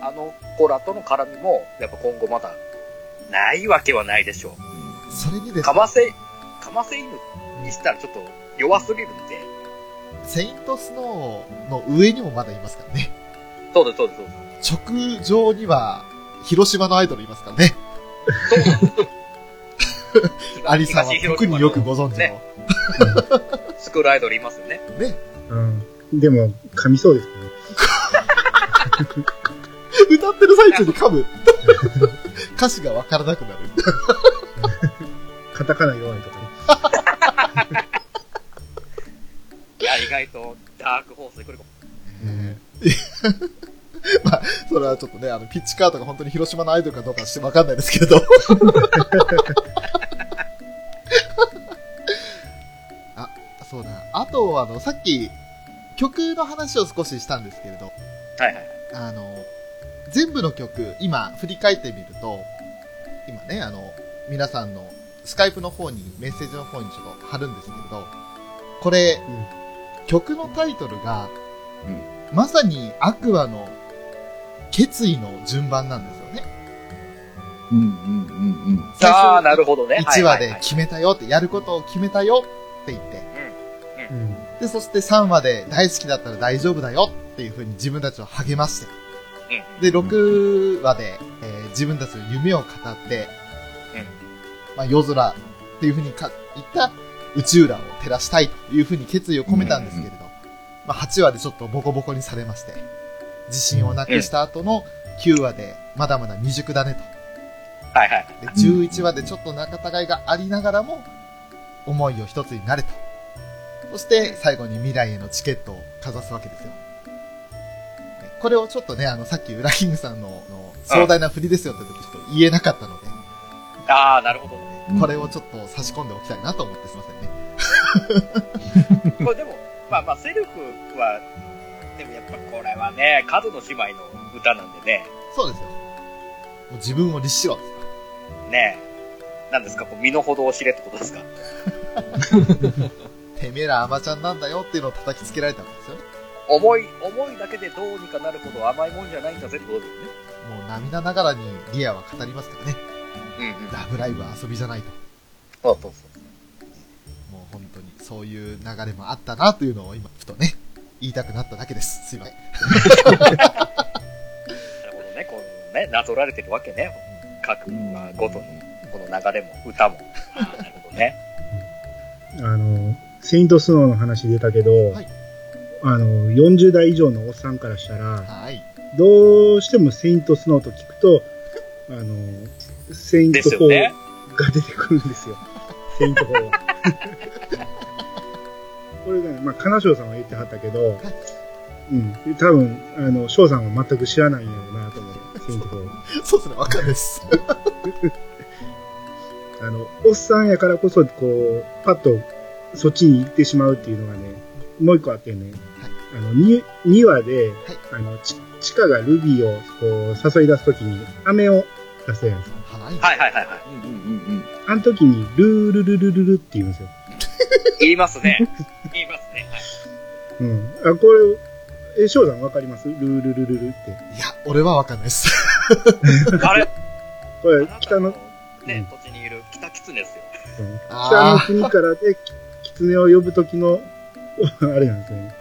S3: あの子らとの絡みも、やっぱ今後まだ、ないわけはないでしょ
S5: それに
S3: う。
S5: です
S3: か
S5: ね、
S3: ませ、かませ犬にしたらちょっと弱すぎるんで、
S5: セイントスノーの上にもまだいますからね。
S3: そうです、そうです、そうで
S5: 直上には、広島のアイドルいますからね。
S3: す。
S5: アリさんは特によくご存知の。
S3: ねスクールアイドルいますよね。
S1: うん。でも、噛みそうですけど。
S5: 歌ってる最中に噛む。 歌詞がわからなくなる。
S1: カタカナ弱いとかね。
S3: いや、意外とダークホースで来るかも。
S5: まあ、 それはちょっとね、あの、ピッチカートが本当に広島のアイドルかどうかしてわかんないですけれど。 あ、そうだ。あと、あの、さっき、曲の話を少ししたんですけれど、
S3: はいはい。
S5: あの、全部の曲、今、振り返ってみると、今ね、あの、皆さんのスカイプの方に、メッセージの方にちょっと貼るんですけれど、これ、曲のタイトルが、まさにアクアの決意の順番なんですよね。
S2: うんうんうんうん。
S5: 最初
S3: ああ、なるほどね。
S5: 1話で
S3: はい
S5: 決めたよって、やることを決めたよって言って、
S1: うん。
S5: で、そして3話で大好きだったら大丈夫だよっていう風に自分たちを励まして、で、6話で、えー自分たちの夢を語って、まあ、夜空っていう風にか言った宇宙欄を照らしたいという風に決意を込めたんですけれど、まあ、8話でちょっとボコボコにされまして、自信をなくした後の9話で、まだまだ未熟だねと。
S3: はいはいはい。
S5: で、11話でちょっと仲違いがありながらも、思いを一つになれた。そして、最後に未来へのチケットをかざすわけですよ。ねこれをちょっとね、あの、さっき、ウラキングさんのの壮大な振りですよって時、ちょっと言えなかったので、
S3: ああ、なるほどね。
S5: これをちょっと差し込んでおきたいなと思ってすいませんね。
S3: これでも、まあまあ、セルフは、でもやっぱこれはね、数の姉妹の歌なんでね、
S5: そうですよ。もう自分を律しろです。
S3: ねえ、なんですか、こう身の程を知れってことですか。
S5: てめえらアマちゃんなんだよっていうのを叩きつけられたんですよね。
S3: 思い、思いだけでどうにかなるほど甘いもんじゃないんだぜってことですね。
S5: もう涙ながらにリアは語りますけどね、
S3: うんうん。
S5: ラブライブは遊びじゃないと。
S3: そうそうそう。
S5: もう本当にそういう流れもあったなというのを今ふとね言いたくなっただけですすいません
S3: なるほどね、こうね、なぞられてるわけね。各話ごとに、この流れも 歌も。ああ、なるほどね。
S1: あの、セイントスノーの話出たけど、
S5: はい
S1: あの、40代以上のおっさんからしたら、
S5: はい
S1: どうしてもセイントスノーと聞くと、あの、セイント
S3: ですよ
S1: 4
S3: ね。
S1: が出てくるんですよ。セイント4は。 これね、まあ、金賞さんは言ってはったけど、うん、多分、あの、翔さんは全く知らないんやろうなと思う、セイント4。
S5: そうですねわかるです
S1: あの、おっさんやからこそ、こう、パッとそっちに行ってしまうっていうのがね、もう一個あってね、あの、に 2, 話で、あの、ちチカがルビーをこう誘い出すときに、飴を出すやん。
S5: はい
S3: はいはいはいはい。
S2: うんうんうんうん。
S1: あの時に、ルールルルルルって言うんですよ。
S3: 言いますね。言いますね。はい
S1: うん。あ、これ、え、翔さんわかりますルールルルルっ
S5: い
S1: て。
S5: や俺はわかんない です
S3: あれ
S1: こ
S3: あ
S1: れ
S3: なた、
S1: 北の、
S3: ね、土地にいる北キツネですよ。
S1: うん北の
S5: あ
S1: 国からで、き狐を呼ぶ時の、あれなんですよね。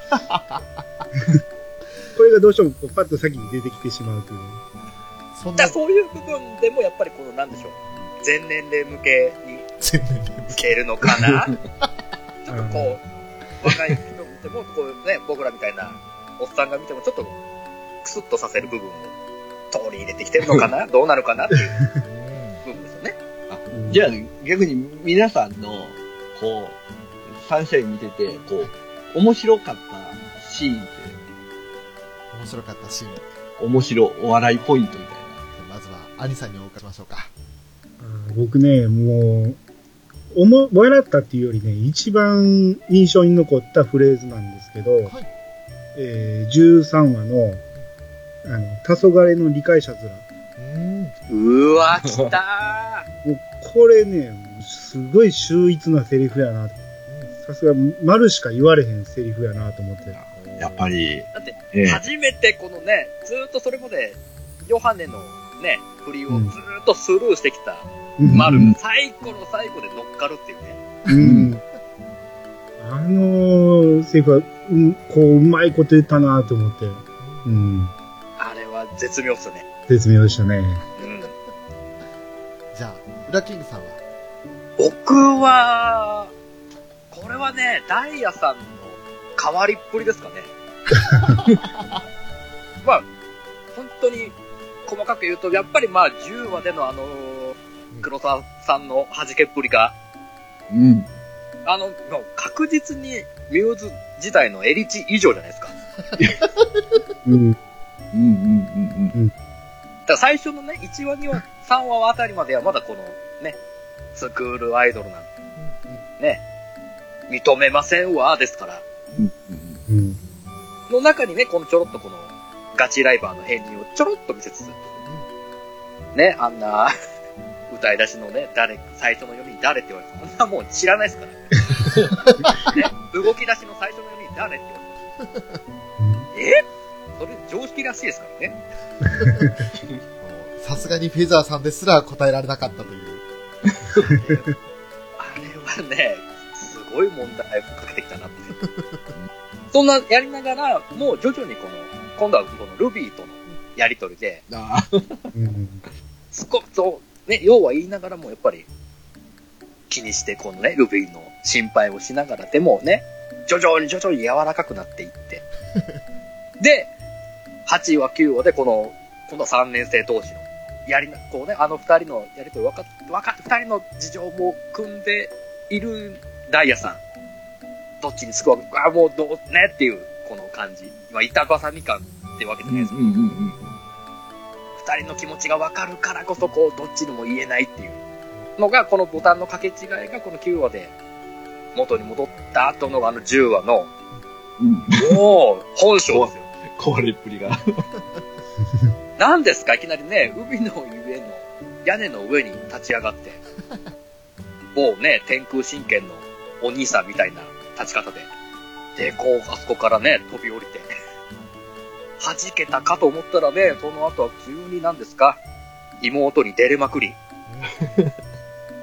S1: これがどうしてもこうパッと先に出てきてしまうという。
S5: あそん
S3: だ
S5: な
S3: からそういう部分でもやっぱりこのなんでしょう全年齢向けに
S5: 全然
S3: いけるのか なちょっと
S1: う
S3: こう若い人見てもこう、ね、僕らみたいなおっさんが見てもちょっとクスッとさせる部分を取り入れてきてるの かなどうなのかなっていう部分ですよね
S1: うん
S2: じゃあ逆に皆さんの、こう、サンシャイン見てて、こう、面白かったシーンって、
S5: 面白かったシーン
S2: 面白お笑いポイントみたい
S5: まずは兄さんにお伺いしましょうか
S1: あー僕ね、もう、思、笑ったっていうよりね、一番印象に残ったフレーズなんですけど、
S5: はい
S1: えー13話の、あの、黄昏の理解者面。
S5: うーん
S3: うわき た
S1: もう、これね、すごい秀逸なセリフやな。さすが、丸しか言われへんセリフやなと思って。
S2: な。やっぱり、
S3: だって
S2: ええ
S3: 初めてこのねずーっとそれまでヨハネのね振りをずーっとスルーしてきた丸
S1: 丸
S2: うん
S3: が最後の最後で乗っかるっていうね
S1: うん。あのセリフは、うん、こう、うまいこと言ったなと思って。うん。
S3: あれは絶妙っすね
S1: 絶妙でしたね。
S3: うん
S5: じゃあウラキングさんは
S3: 僕は、これはね、ダイヤさんの変わりっぷりですかね。まあ、本当に細かく言うと、やっぱりまあ10話でのあの、黒沢さんの弾けっぷりが、
S2: うん。
S3: あの、もう確実にミューズ自体のエリチ以上じゃないですか。
S1: うん。
S2: うんうんうん
S3: だから最初のね、1話、2話、3話あたりまではまだこの、ね、スクールアイドルなんて、ね、認めませんわ、ですから。
S2: うん。うんうん
S1: うん。
S3: の中にね、このちょろっとこの、ガチライバーの片鱗をちょろっと見せつつ、ね、あんな、歌い出しのね、誰、最初の読みに誰って言われても、そんなもう知らないですからね。ね、動き出しの最初の読みに誰って言われても、えそれ常識らしいですからね。
S5: さすがにフェザーさんですら答えられなかったという。
S3: あれはね、すごい問題をかけてきたなって。そんなやりながら、もう徐々にこの、今度はこのルビーとのやりとりで、
S2: ああ
S1: うん
S3: すこそう、ね、要は言いながらもやっぱり、気にして、このね、ルビーの心配をしながらでもね、徐々に徐々に柔らかくなっていって。で、8話9話でこの、今度は3年生同士の、やりな、こうね、あの2人のやりとり分かっ、分かっ、2人の事情も組んでいるダイヤさん。どっちに救われるか、あもうどうねっていう、この感じ。今、板挟み感ってわけじゃ
S2: う
S3: なんいで
S2: う
S3: す
S2: ん
S3: けど
S2: うんうん。
S3: 二人の気持ちが分かるからこそこうどっちにも言えないっていうのがこのボタンの掛け違いがこの9話で元に戻った後のあの10話の
S2: うん、
S3: もう本性ですよ
S2: 壊れっぷりが。
S3: 何ですかいきなりね海の上の屋根の上に立ち上がってもうね天空神剣のお兄さんみたいな立ち方ででこうあそこからね飛び降りて弾けたかと思ったらねその後は急に何ですか妹に出れまくり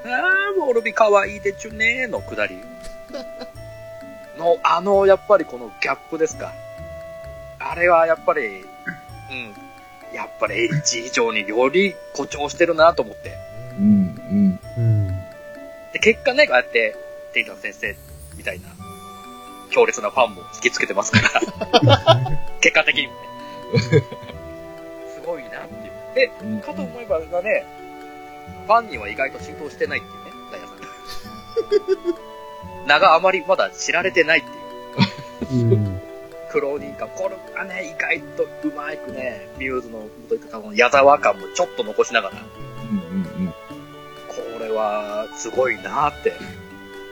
S3: ああもうルビ可愛いでちゅねーのくだりのあのやっぱりこのギャップですかあれはやっぱりうんやっぱり H 以上により誇張してるなと思って。
S2: うん
S1: うん
S3: で、結果ね、ああやって、テイタン先生みたいな、強烈なファンも引きつけてますから、結果的にもね。すごいなっていう。で、
S2: うん。
S3: かと思えばだね、ファンには意外と浸透してないっていうね、ダイヤさん。 名があまりまだ知られてないっていう。
S1: うん
S3: 苦労人感、これがね、意外とうまくね、ミューズの、というか、この矢沢感もちょっと残しながら、
S2: うんうん
S3: これはすごいなって。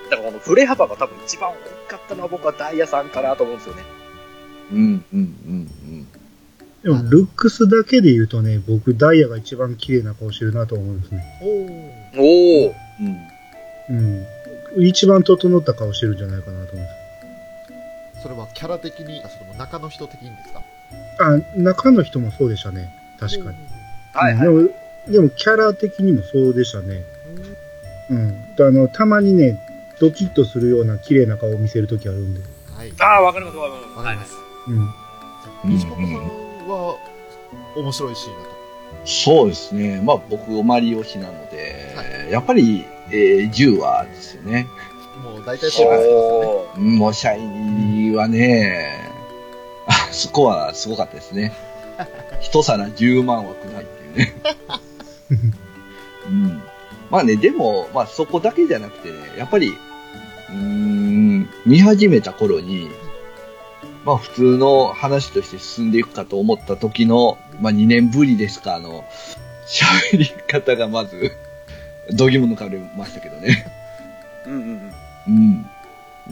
S3: だからこの振れ幅が多分一番大きかったのは僕はダイヤさんかなと思うんですよね。
S2: うん。うんうんうん
S1: でも、ルックスだけで言うとね、僕、ダイヤが一番綺麗な顔してるなと思うんですね。
S5: おー
S3: おお。
S2: うん。うん。
S1: うん。一番整った顔してるんじゃないかなと思うんで
S5: それはキャラ的に、あそれも中の人的にですか
S1: す。あ、中の人もそうでしたね。確かに。
S3: はいはい。
S1: うんでも、でもキャラ的にもそうでしたね。うん。とあの、たまにね、ドキッとするような綺麗な顔を見せるときあるんで。
S5: はい。わ
S3: ああ、わかりますわかります。
S5: か
S3: は
S5: り
S3: いは
S5: ま
S3: い
S5: す。
S1: うん。
S5: 西本さんは、面白いシーンだと。
S2: そうですね。まあ僕、おまり推しなので、やっぱり、えー、10話ですよね。
S5: もう大体
S2: そ
S5: そうう
S2: で
S5: ですす
S3: おお。
S2: うんもう、シャイニーはね、あそこはすごかったですね。一皿10万はくないっていうね。うん。まあね、でも、まあそこだけじゃなくてね、やっぱり、うーん、見始めた頃に、まあ普通の話として進んでいくかと思った時の、まあ2年ぶりですか、あの、喋り方がまず、どぎも抜かれましたけどね。
S3: うんうんうん。
S2: うん。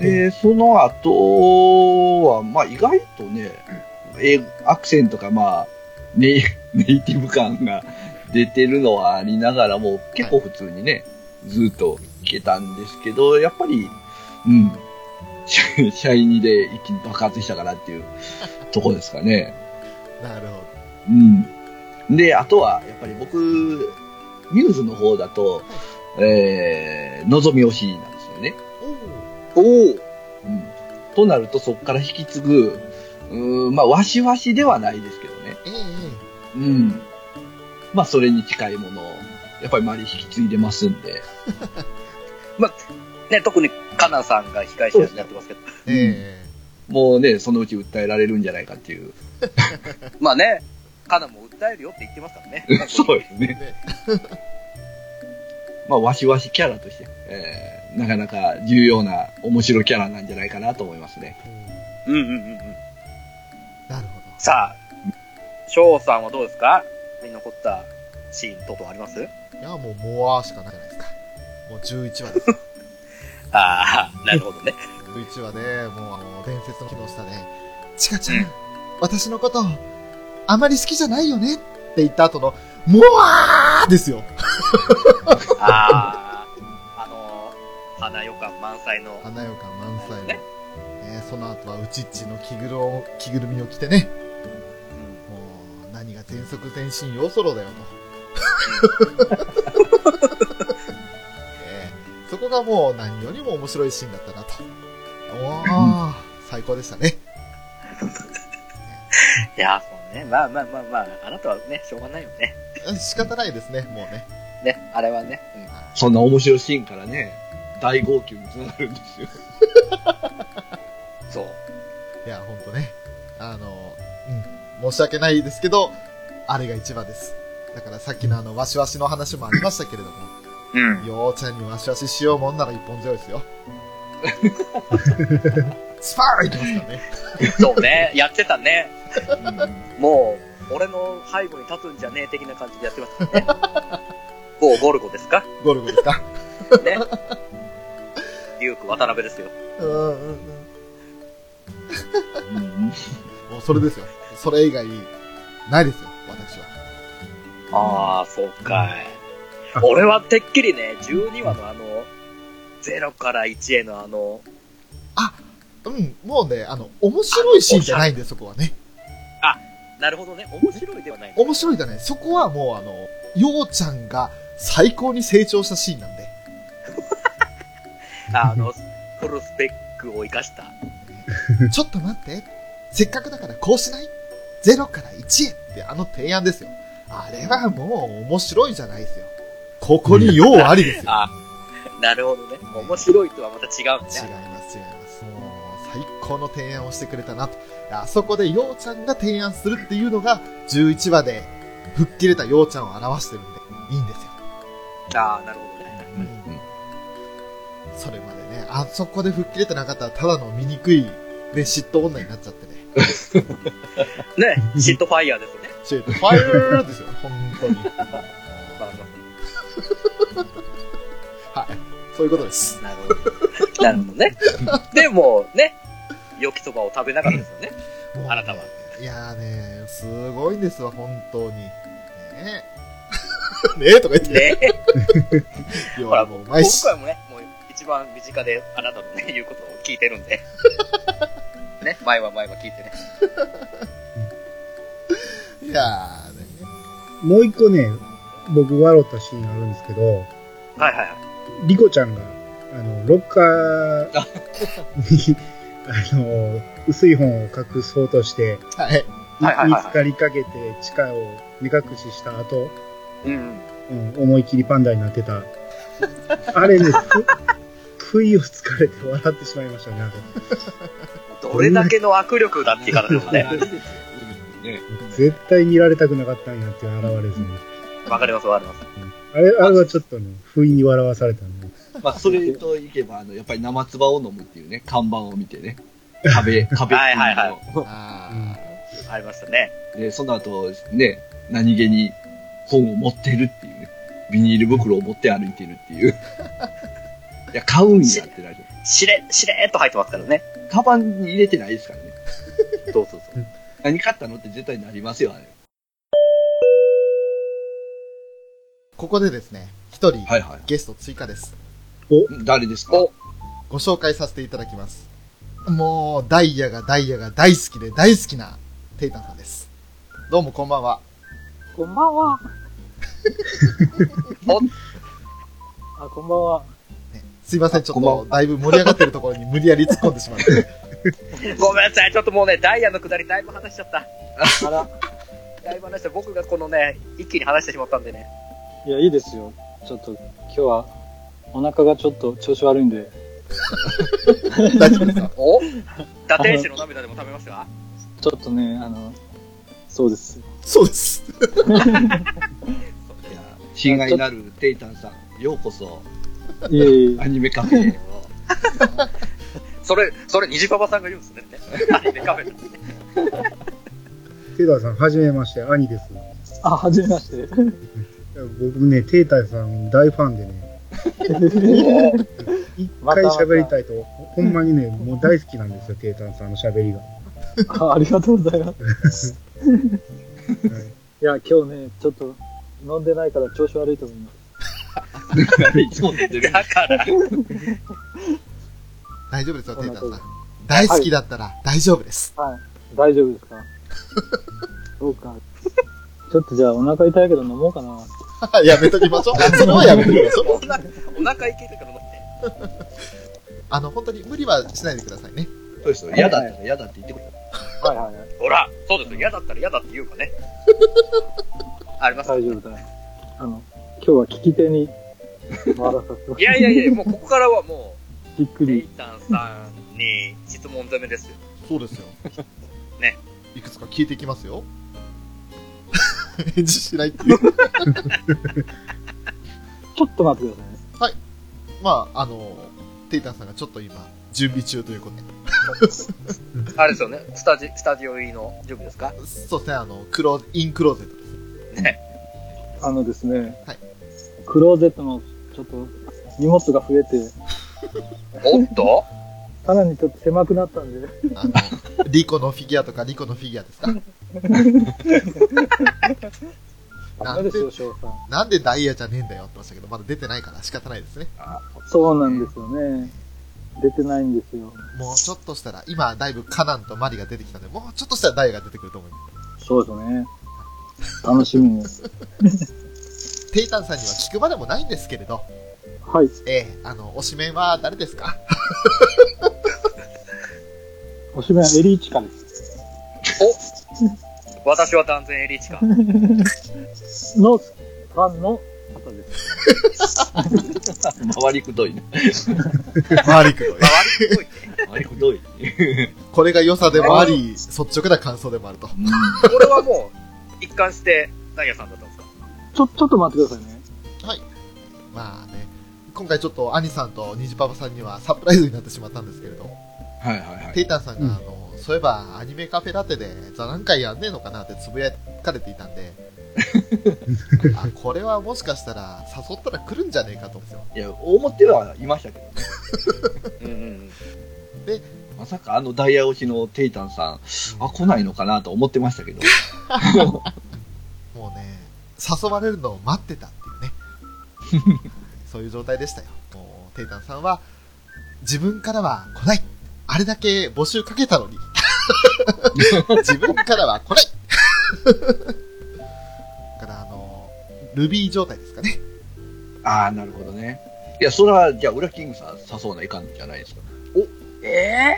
S2: で、その後は、まあ意外とね、英語アクセントがまあネイ、 ネイティブ感が出てるのはありながらも、結構普通にね、ずっと聞けたんですけど、やっぱり、うん、シャシャイニーで一気に爆発したかな っていうとこですかね。
S5: なるほど。
S2: うん。で、あとは、やっぱり僕、ミューズの方だと、えー、望み推しなんですよね。
S3: おお。
S2: うんとなると、そこから引き継ぐ、うーんまあ、わしわしではないですけどね。
S5: ええ
S2: うん。まあ、それに近いものを、やっぱり周り引き継いでますんで。
S3: ね、特にカナさんが控え室やってますけど。
S5: えええ
S2: もうね、そのうち訴えられるんじゃないかっていう。
S3: まあね、カナも訴えるよって言ってますからね。
S2: そうです
S5: え
S2: ね。まあ、わしわしキャラとして、えーなかなか重要な面白いキャラなんじゃないかなと思いますね。
S5: うん
S3: うんうんうんうん。
S5: なるほど。
S3: さあ、翔さんはどうですか身に残ったシーン等々あります
S5: いや、もう、モアしかないじゃないですか。もう11話です。
S3: ああ、なるほどね。
S5: 11話で、もうあの、伝説の木の下で、チカちゃん、私のこと、あまり好きじゃないよねって言った後の、もわーですよ。
S3: ああ、あのー、花予感満載 の、
S5: 花よか満載の。
S3: ね
S5: ねその後はうちっちの着ぐるを着ぐるみを着てね、もう何が全速全身要ソロだよと。ね えそこがもう何よりも面白いシーンだったなと。おー、最高でしたね。
S3: いや、そうね、まあまあまあまあ、あなたはね、しょうがないよね。
S5: うん仕方ないですね、もうね。
S3: ね、あれはね。うん
S2: そんな面白いシーンからね、大号泣につながるんですよ。
S3: そう。
S5: いや、ほんとね。あの、うん、申し訳ないですけど、あれが一番です。だからさっきのあの、わしわしの話もありましたけれども、
S3: うん。
S5: ようちゃんにわしわししようもんなら一本背負い ですよ。スパーンいきますからね。
S3: そうね、やってたね。もう、俺の背後に立つんじゃねえ的な感じでやってましたね。某ゴルゴですか
S5: ゴルゴですか。
S3: ね。リューク渡辺ですよ。
S5: うんうんうん。 もうそれですよ。それ以外、ないですよ、私は。
S3: ああ、そうかい。俺はてっきりね、12話のあの、0から1へのあの、
S5: うん、もうね、あの、面白いシーンじゃないんで、そこはね。
S3: なるほどね、面白いではない。
S5: 面白いじゃない。そこはもうあの、ようちゃんが最高に成長したシーンなんで。
S3: あの、フルスペックを生かした。
S5: ちょっと待って。せっかくだからこうしない ?0 から1へってあの提案ですよ。あれはもう面白いじゃないですよ。ここに用ありですよ。
S3: あなるほどね。面白いとはまた違うん
S5: 違い
S3: だ。
S5: ます、違います。もう最高の提案をしてくれたなと。あそこでようちゃんが提案するっていうのが11話で吹っ切れたようちゃんを表してるんで、いいんですよ。
S3: ああ、なるほどね。
S5: それまでね、あそこで吹っ切れてなかったらただの醜い、ね、嫉妬女になっちゃってね。
S3: ね、シットファイヤーですよね。
S5: シェイトファイヤーですよ、本当に。
S3: まあま
S5: はい。そういうことです。
S3: あなるほど。なるほどね。でもね、良きそばを食べなかったですよね。
S5: もう
S3: あなたは。
S5: いやーねすごいんですわ、本当に。ねえ。ねえとか言って。
S3: ね、
S5: 要
S3: ほら
S5: はもううまいし
S3: 今。回もね、もう一番身近であなたのね、言うことを聞いてる んで。ね、前は前は聞いてね。
S5: いやーね。
S1: もう一個ね、僕笑ったシーンあるんですけど、
S3: はいはいはい。
S1: リコちゃんが、あの、ロッカーに、 あの、薄い本を隠そうとして、
S5: はい。
S3: はいはいはいはい
S1: 見つかりかけて、地下を目隠しした後、
S3: うん。
S1: うん、思い切りパンダになってた。あれね、ふ、 不意をつかれて笑ってしまいましたね。なんか
S3: どれだけの握力だって言い方ですね。
S1: 絶対見られたくなかったんやって現れずに。
S3: わかりますわかります。
S1: あれ、あれはちょっとね、不意に笑わされたんで。
S2: まあ、それといけば、あの、やっぱり生唾を飲むっていうね、看板を見てね、 壁、壁って
S3: は
S2: いう
S3: いはいは
S2: のを
S5: あ
S3: ありましたね。
S2: で、その後、ね、何気に本を持ってるっていうね、ビニール袋を持って歩いてるって いう。いや、買うんやってなる。
S3: しれ、しれーっと入ってますからね。
S2: カバンに入れてないですからね。
S3: そうそうそう。
S2: 何買ったのって絶対なりますよ、あれ。
S5: ーここでですね、一人、
S2: はいはい。
S5: ゲスト追加です。
S2: 誰ですか
S3: お
S5: ご紹介させていただきます。もう、ダイヤがダイヤが大好きで大好きな、テイタンさんです。どうもこんばんは。
S9: こんば んは。
S3: お
S9: あ、こんばんは。
S5: ねすいません、ちょっ
S2: こんばん
S5: と、だいぶ盛り上がってるところに無理やり突っ込んでしまって。
S3: ごめんなさい、ちょっともうね、ダイヤの下りだいぶ話しちゃった。
S9: あら。
S3: だいぶ話した。僕がこのね、一気に話してしまったんでね。
S9: いや、いいですよ。ちょっと、今日は、お腹がちょっと調子悪いんで。
S5: 大丈夫ですか
S3: お打天使の涙でも食べますか
S9: ちょっとね、あの、そうです。
S5: そうです。
S2: いや親愛なるテイタンさん、ようこそ、
S9: いえいえ
S2: ア、ニメカフェへ。
S3: それ、それ、虹パパさんが言うんです ね。アニメカフェで
S1: テータさん、はじめまして、兄です。
S9: あ、はじめまして。
S1: 僕ね、テータさん大ファンでね、一回喋りたいと、ほんまにね、もう大好きなんですよ、テータさんの喋りが。
S9: あありがとうございます。いや、今日ね、ちょっと飲んでないから調子悪いと思いま す。
S2: いつも出てる。
S3: だから、
S5: 大丈夫ですよ、
S9: こ
S5: テ
S9: ん
S5: イ
S9: な
S5: タンさ
S9: 感
S5: ん。大好きだったら大丈夫です。
S9: はい。大丈夫ですかそうか。ちょっとじゃあお腹痛いけど飲もうかな。
S5: やめときましょう。それはやめときましょう。
S3: お腹お腹いけるからだって。
S5: あの、本当に無理はしないでくださいね。
S2: そうですよ。嫌だったら嫌だって言ってくれた。
S9: はいはいはい。
S3: ほら、そうですよ。嫌だったら嫌だって言うかね。 あります
S9: 大丈夫だ。あの、今日は聞き手に回らさせ
S3: いやいやいや、もうここからはも
S9: びっく
S3: う、レイ
S9: り。
S3: タンさんに質問攻めですよ。
S5: そうですよ。
S3: ね。
S5: いくつか聞いていきますよ。返事しないっていう。
S9: ちょっと待ってくださいね。
S5: まあ、あの、テイタンさんがちょっと今、準備中ということで。
S3: あれですよね。スタジスタジオ入りの準備です か
S5: そうですね、あの、クロー、インクローゼットです。
S9: あのですね、
S5: はい
S9: クローゼットのちょっと荷物が増えて、
S3: おっと
S9: さらにちょっと狭くなったんで、
S5: あ の、リコのフィギュアとかリコのフィギュア ですか。
S9: ダ
S5: なん
S9: メ
S5: で
S9: ですよ、翔さん。
S5: なんでダイヤじゃねえんだよってましたけど、まだ出てないから仕方ないですね。
S9: そうなんですよね。出てないんですよ。
S5: もうちょっとしたら、今だいぶカナンとマリが出てきたんで、もうちょっとしたらダイヤが出てくると思いま
S9: そうですね。楽しみに。
S5: す。テイタンさんには聞くまでもないんですけれど、
S9: はい。
S5: ええあの、推しメンは誰ですか
S9: おしめはエリーチカです。
S3: 私は断然エリ ーチか。
S9: のファンの方で す。
S2: 回りくどいね。
S5: マリクの
S3: 周りっぽいね。
S2: 回りくどいね。
S5: これが良さでもあり、率直な感想でもあると。
S3: これはもう、一貫して、ダイヤさんだったんですか
S9: ちょ、ちょっと待ってくださいね。
S5: まあね、今回ちょっと兄さんとニジパパさんにはサプライズになってしまったんですけれど、
S2: はいはいは
S5: テイタンさんが、
S1: うん
S5: あの、そういえばアニメカフェラテで座談会やんねえのかなってつぶやかれていたんで、あこれはもしかしたら誘ったら来るんじゃねえかと思うんですよ。
S2: い。いや、表はいましたけどね。
S3: うんうん。
S2: まさかあのダイヤ推しのテイタンさん、あ、来ないのかなと思ってましたけど。
S5: もうね、誘われるのを待ってたっていうね。そういう状態でしたよ。もう、テイタンさんは、自分からは来ない。あれだけ募集かけたのに。自分からは来ない。だから、あの、ルビー状態ですかね。
S2: ああ、なるほどね。いや、それは、じゃあ、ウラキングさん誘わないかんじゃないですか。
S3: ええ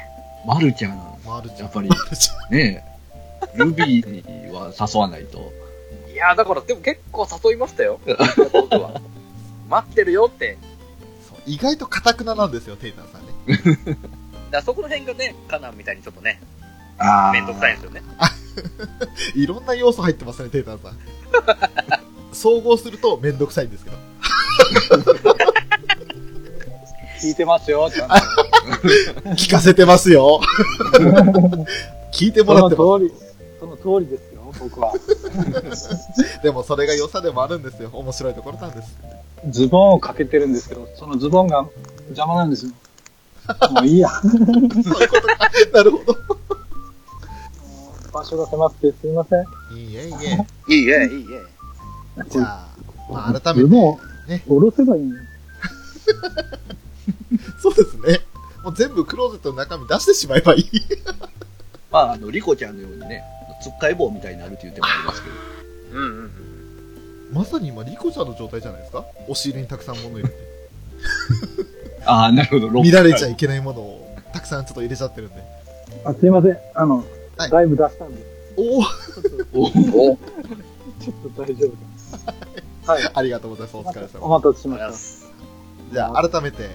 S2: マルちゃん、
S5: マルちゃん。
S2: やっぱり
S5: マルちゃん
S2: ねえ。 ルビーは誘わないと。
S3: いや、だから、でも結構誘いましたよ。僕は。待ってるよって。
S5: そう意外と堅くななんですよ、テイタンさんね。
S3: だからそこの辺がね、カナンみたいにちょっとね、
S2: ああ。
S3: めんどくさいんですよね。
S5: いろんな要素入ってますね、テイタンさん。総合するとめんどくさいんですけど。
S9: 聞いてますよ、ちゃんと。
S5: 聞かせてますよ。聞いても
S9: そ
S5: らっ
S9: の
S5: てます。
S9: 通り、その通りですよ、僕は。
S5: でもそれが良さでもあるんですよ。面白いところなんです。
S9: ズボンをかけてるんですけど、そのズボンが邪魔なんですよ。もういいや。
S5: そういうことか。なるほど。
S9: 場所が狭くてすいません。
S5: いいえ、いいえ。
S3: いいえ、いいえ。
S5: じゃあ、まあ、改
S9: ズ
S5: め
S9: ボン
S5: て
S9: を。
S5: ね
S9: 下ろせばいいの
S5: そうですね。もう全部クローゼットの中身出してしまえばいい。
S2: まあ、あの、リコちゃんのようにね、つっかえ棒みたいになるっていう手もありますけど。
S3: うんうんうん。
S5: まさに今、リコちゃんの状態じゃないですかお尻にたくさん物入れて。
S2: ああ、なるほど。
S5: 見られちゃいけないものをたくさんちょっと入れちゃってるんで。
S9: あすいません。あの、
S5: はい
S9: だいぶ出したんで、
S5: おお
S2: お
S3: お、
S9: ちょっと大丈夫
S5: ありがとうございます。お疲れ
S9: です。
S5: 様。
S9: お待たせしま
S3: あ
S9: し
S5: じゃあ、改めて、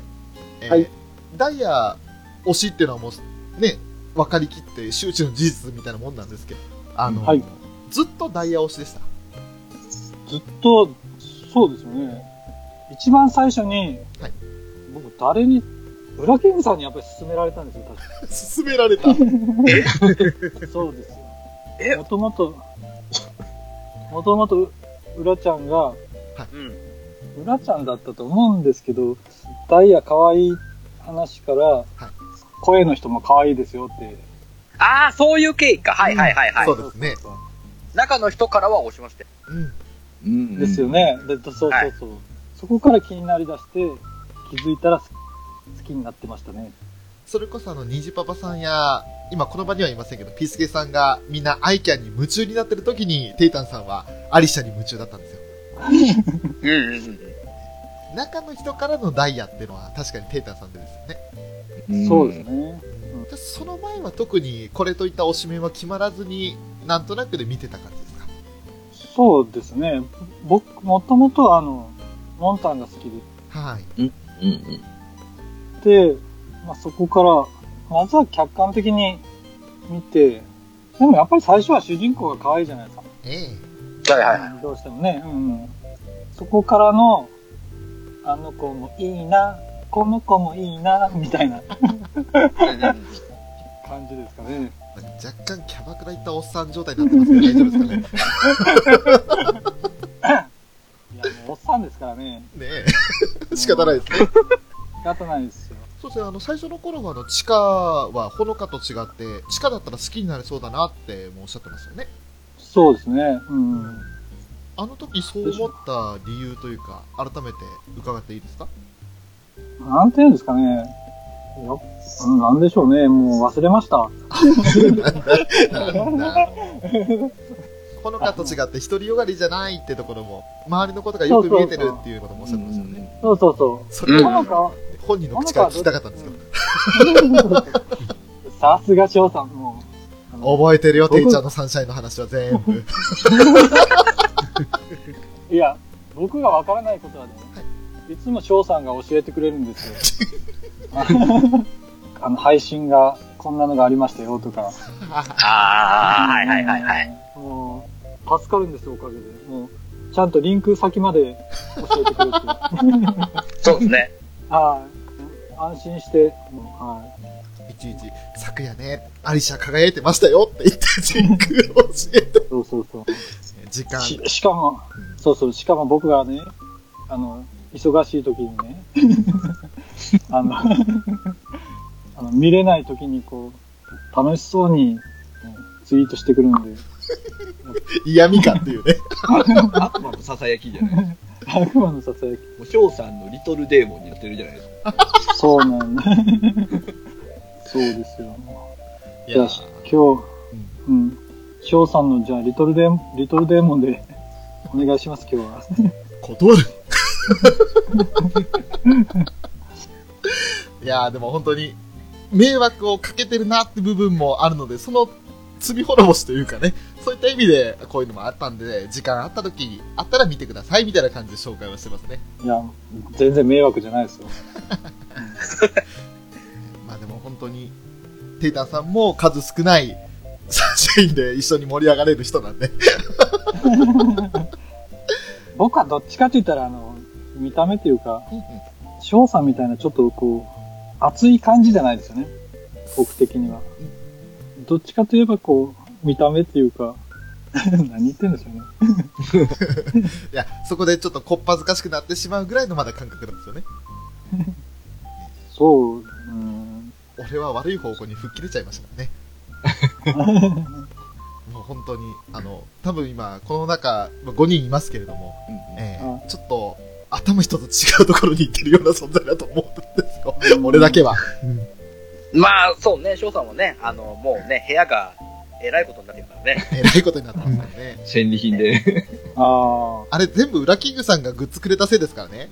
S5: えー
S9: はい
S5: ダイヤ推しっていうのはもう、ね、分かりきって周知の事実みたいなもんなんですけど、あの、
S9: はい
S5: ずっとダイヤ推しでした。
S9: た。ずっと、そうですよね。一番最初に、
S5: はい
S9: 僕誰に、ブラキングさんにやっぱり勧められたんですよ、確
S5: 勧められた。
S9: かそうですよ。
S3: え
S9: もともと、もともと、うらちゃんが、
S3: うん。
S9: うらちゃんだったと思うんですけど、ダイヤ可愛い話から、声の人も可愛いですよって。
S3: ああ、そういう経緯か。はいはいはいはい。
S5: そうですね。
S3: 中の人からは押しまして。
S5: うん。
S2: うん
S9: ですよ。ね。でそうそうそう、
S3: はい
S9: そこから気になりだして、気づいたら好きになってましたね。
S5: それこそあの、ニジパパさんや、今この場にはいませんけど、ピースケさんがみんなアイキャンに夢中になってる時に、テイタンさんはアリシャに夢中だったんですよ。
S3: うんうんうん。
S5: 中の人からのダイヤっていうのは確かにテイタンさんでですよね。
S9: そうですね。
S5: でその前は特にこれといった推しメンは決まらずに、なんとなくで見てた感じですか。
S9: そうですね。僕、もともとあの、モンタンが好きで
S5: はい。
S2: うんうん。
S9: で、まあ、そこから、まずは客観的に見て、でもやっぱり最初は主人公が可愛いじゃないですか。
S5: ええ
S3: はいはいはい。
S9: どうしてもね。うん。そこからの、あの子もいいな、この子もいいな、みたいな感じですかね。
S5: まあ若干キャバクラ行ったおっさん状態になって ますけど大丈夫ですかね。
S9: いや、もうおっさんですからね。
S5: ねえ。 仕方ないですね。
S9: 仕方ないですよ。
S5: そうですね、あの、最初の頃はあの、地下はほのかと違って、地下だったら好きになれそうだなってもうおっしゃってましたよね。
S9: そうですね。うん。
S5: あの時そう思った理由というか、改めて伺っていいですか
S9: なんていうんですかね。ようんなんでしょうね。もう忘れました。
S5: ほのかと違って独りよがりじゃないってところも、周りのことがよく見えてるっていうこともおっしゃってましたよね。
S9: そうそうそ。
S5: そうれ
S9: ほの
S5: を
S9: かは
S5: 本人の口から聞きたかったんですよ。
S9: さすが翔さん、もう。あの
S5: 覚えてるよ、ていちゃんのサンシャインの話は全部。
S9: いや、僕がわからないことはね、い、つも翔さんが教えてくれるん ですよ。あの、配信が、こんなのがありましたよとか。
S3: ああ、はいはいはいはい。
S9: もう、助かるんですよ、おかげで。もう、ちゃんとリンク先まで教えてくれて。
S3: そうですね。
S9: はい。安心して、もうはい
S5: ちいち、昨夜ね、アリシャ輝いてましたよって言って、神宮を教えて
S9: い。。そうそうそう。
S5: 時間。
S9: ししかも、そうそう、しかも僕がね、あの、忙しい時にね、あの、あの見れない時にこう、楽しそうに、ねツイートしてくるんで、
S5: 嫌味かっていうね。
S2: 悪魔のささやきじゃない。も
S9: 悪魔のささやき。
S2: う翔さんのリトルデーモンになってるじゃないですか。
S9: そうなんだ。そうですよ。
S5: い
S9: じゃあ、今日、うん、翔さんの、じゃあ、リトルデーモン、リトルデーモンで、 お願いします、今日は。
S5: 断る いやーでも本当に迷惑をかけてるなって部分もあるのでその罪滅ぼしというかねそういった意味でこういうのもあったんで時間あった時あったら見てくださいみたいな感じで紹介はしてますね
S9: いや、全然迷惑じゃないですよ。
S5: まあでも本当にテイタンさんも数少ないサンシャインで一緒に盛り上がれる人なんで
S9: 僕はどっちかって言ったら、あの、見た目っていうか、翔さんみたいなちょっとこう、熱い感じじゃないですよね。僕的には。どっちかといえばこう、見た目っていうか、 何言ってんですよね。
S5: いやそこでちょっとこっぱずかしくなってしまうぐらいのまだ感覚なんですよね
S9: そう、 うん。
S5: 俺は悪い方向に吹っ切れちゃいましたからね。もう本当に、あの、多分今、この中、まあ5人いますけれども、ええ
S9: う
S5: ちょっと、頭一つ違うところに行ってるような存在だと思うんですよ。俺だけは。
S3: まあ、そうね、翔さんはね、あの、もうね、部屋が、えらいことになってるからね。
S5: えらいことになってますからね。
S2: 戦利品で。
S9: あ
S5: あれ全部、裏キングさんがグッズくれたせいですからね。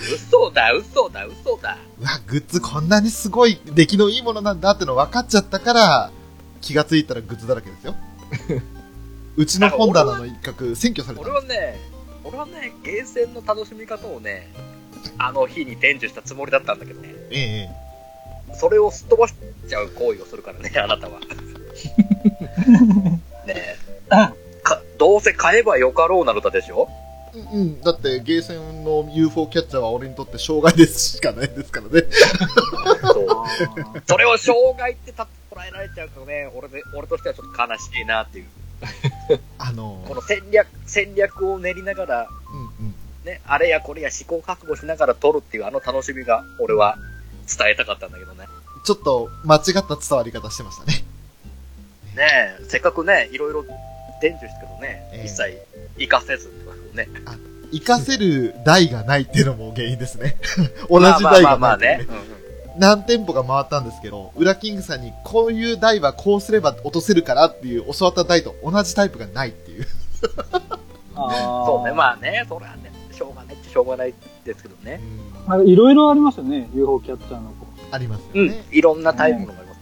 S3: 嘘だ、嘘だ、嘘だ。
S5: うわ、グッズこんなにすごい、出来のいいものなんだっての分かっちゃったから、気がついたらグッズだらけ ですよ。うちの本棚の一角、占拠されたん
S3: 俺
S5: です
S3: はね、俺はね、ゲーセンの楽しみ方をね、あの日に伝授したつもりだったんだけどね。
S5: ええ
S3: それをすっ飛ばしちゃう行為をするからね、 あなたは。ねえ。かどうせ買えばよかろうなのだでしょ
S5: うんうん、だってゲーセンの UFO キャッチャーは俺にとって障害ですしかないですからね。
S3: そう。
S9: あ。
S3: それを障害ってた捉えられちゃうとね、俺で俺としてはちょっと悲しいなっていう。
S5: あの
S3: この戦略、戦略を練りながら、
S5: うんうん。
S3: ね、あれやこれや試行錯誤しながら撮るっていうあの楽しみが俺は伝えたかったんだけどね。
S5: ちょっと間違った伝わり方してましたね。
S3: ねえ、せっかくね、いろいろ伝授したけどね、
S5: ええ
S3: 一切活かせずってことね。
S5: 活かせる台がないっていうのも原因ですね。 同じ台がない、
S3: まあまあまあね。うんうん
S5: 何店舗か回ったんですけど、裏キングさんにこういう台はこうすれば落とせるからっていう教わった台と同じタイプがないっていう。
S3: そうね、
S9: あ
S3: まあね、それはね、しょうがないっちゃしょうがないですけどね。
S9: ー。なんかいろいろありますよね、UFO キャッチャーの。
S5: ありますよ
S3: う
S5: ね。
S3: ん、いろんなタイプのがあります。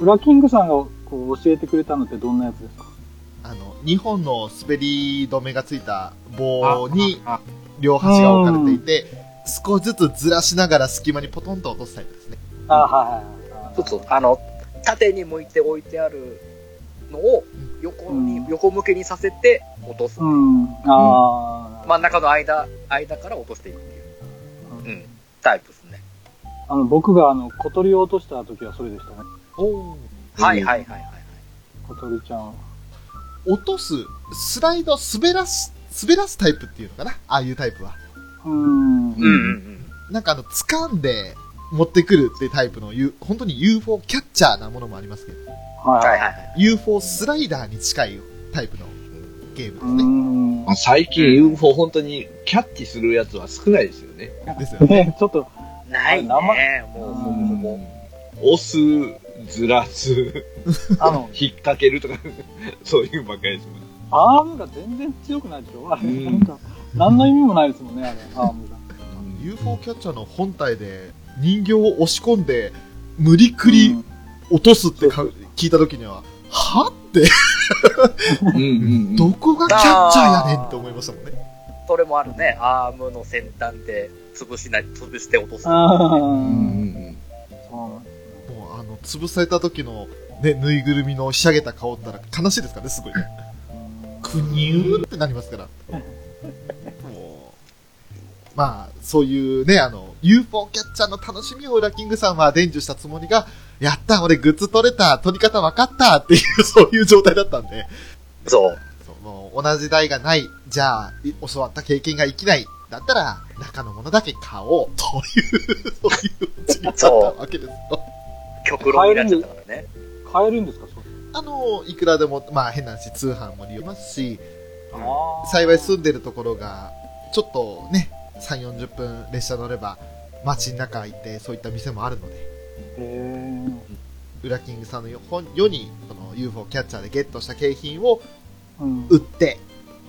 S9: ウラキングさんがこう教えてくれたのってどんなやつですか
S5: あの、2本の滑り止めがついた棒に両端が置かれていて、少しずつずらしながら隙間にポトンと落とすタイプですね。
S9: あはいはいはい。
S3: そうそう、あの、縦に向いて置いてあるのを横に、
S9: うん
S3: 横向けにさせて落とす。
S9: うん。ああ、
S3: 真ん中の間、間から落としていくっていう。うん、タイプですね。
S9: あの、僕があの、小鳥を落とした時はそれでしたね。
S5: お
S3: はいはいはいはい。
S9: 小鳥ちゃんを。
S5: 落とす、スライド、滑らす、滑らすタイプっていうのかなああいうタイプは。
S9: うん。
S2: う
S3: うんうん
S2: ん
S5: なんかあの、掴んで持ってくるっていうタイプの、ゆ本当に UFO キャッチャーなものもありますけど、
S3: うん。
S9: は
S3: はいは
S9: い。
S3: いはい。
S5: UFO スライダーに近いタイプのゲームです
S9: う
S5: ね。
S9: ん。
S2: まあ最近 UFO 本当にキャッチするやつは少ないですよね。
S5: ですよね。
S9: ね、ちょっと、
S3: ないね、もうほぼほぼ。
S2: 押す、ずらす、、
S9: あの
S2: 引っ掛けるとか、そういうばっかりですもんね。
S9: アームが全然強くないでしょあれ、
S2: うん
S9: なんか、何の意味もないですもんね、あれ、アームが。
S5: UFO キャッチャーの本体で人形を押し込んで、無理くり落とすってか聞いた時には、はって、
S2: うんうんうん
S5: どこがキャッチャーやねんって思いましたもんね。
S3: それもあるね、アームの先端で潰しない、潰して落とす。
S2: う
S9: あ
S2: んうん
S9: あ、そうなんですね。
S5: もうあの、潰された時の、ね、ぬいぐるみのひしゃげた顔ったら悲しいですからね、すごいね。くにゅーってなりますから。もう、まあ、そういうね、あの、UFO キャッチャーの楽しみをウラキングさんは伝授したつもりが、やった、俺グッズ取れた、取り方分かったっていう、 そういう状態だったんで、
S3: そう。
S5: そうもう同じ台がない、じゃあ、い教わった経験が生きない、だったら、中のものだけ買おう、という、そういううちになったわけですよ。
S3: 極論になっちゃったからね。
S9: 買えるんですか、そう
S5: あの、いくらでも、まあ変な話、通販も利用しますし、
S9: あー
S5: 幸い住んでるところが、ちょっとね、3、40分列車乗れば、街の中行って、そういった店もあるので、
S9: へえ。
S5: ウラキングさんのよ本世に、その UFO キャッチャーでゲットした景品を
S9: うん
S5: 売って、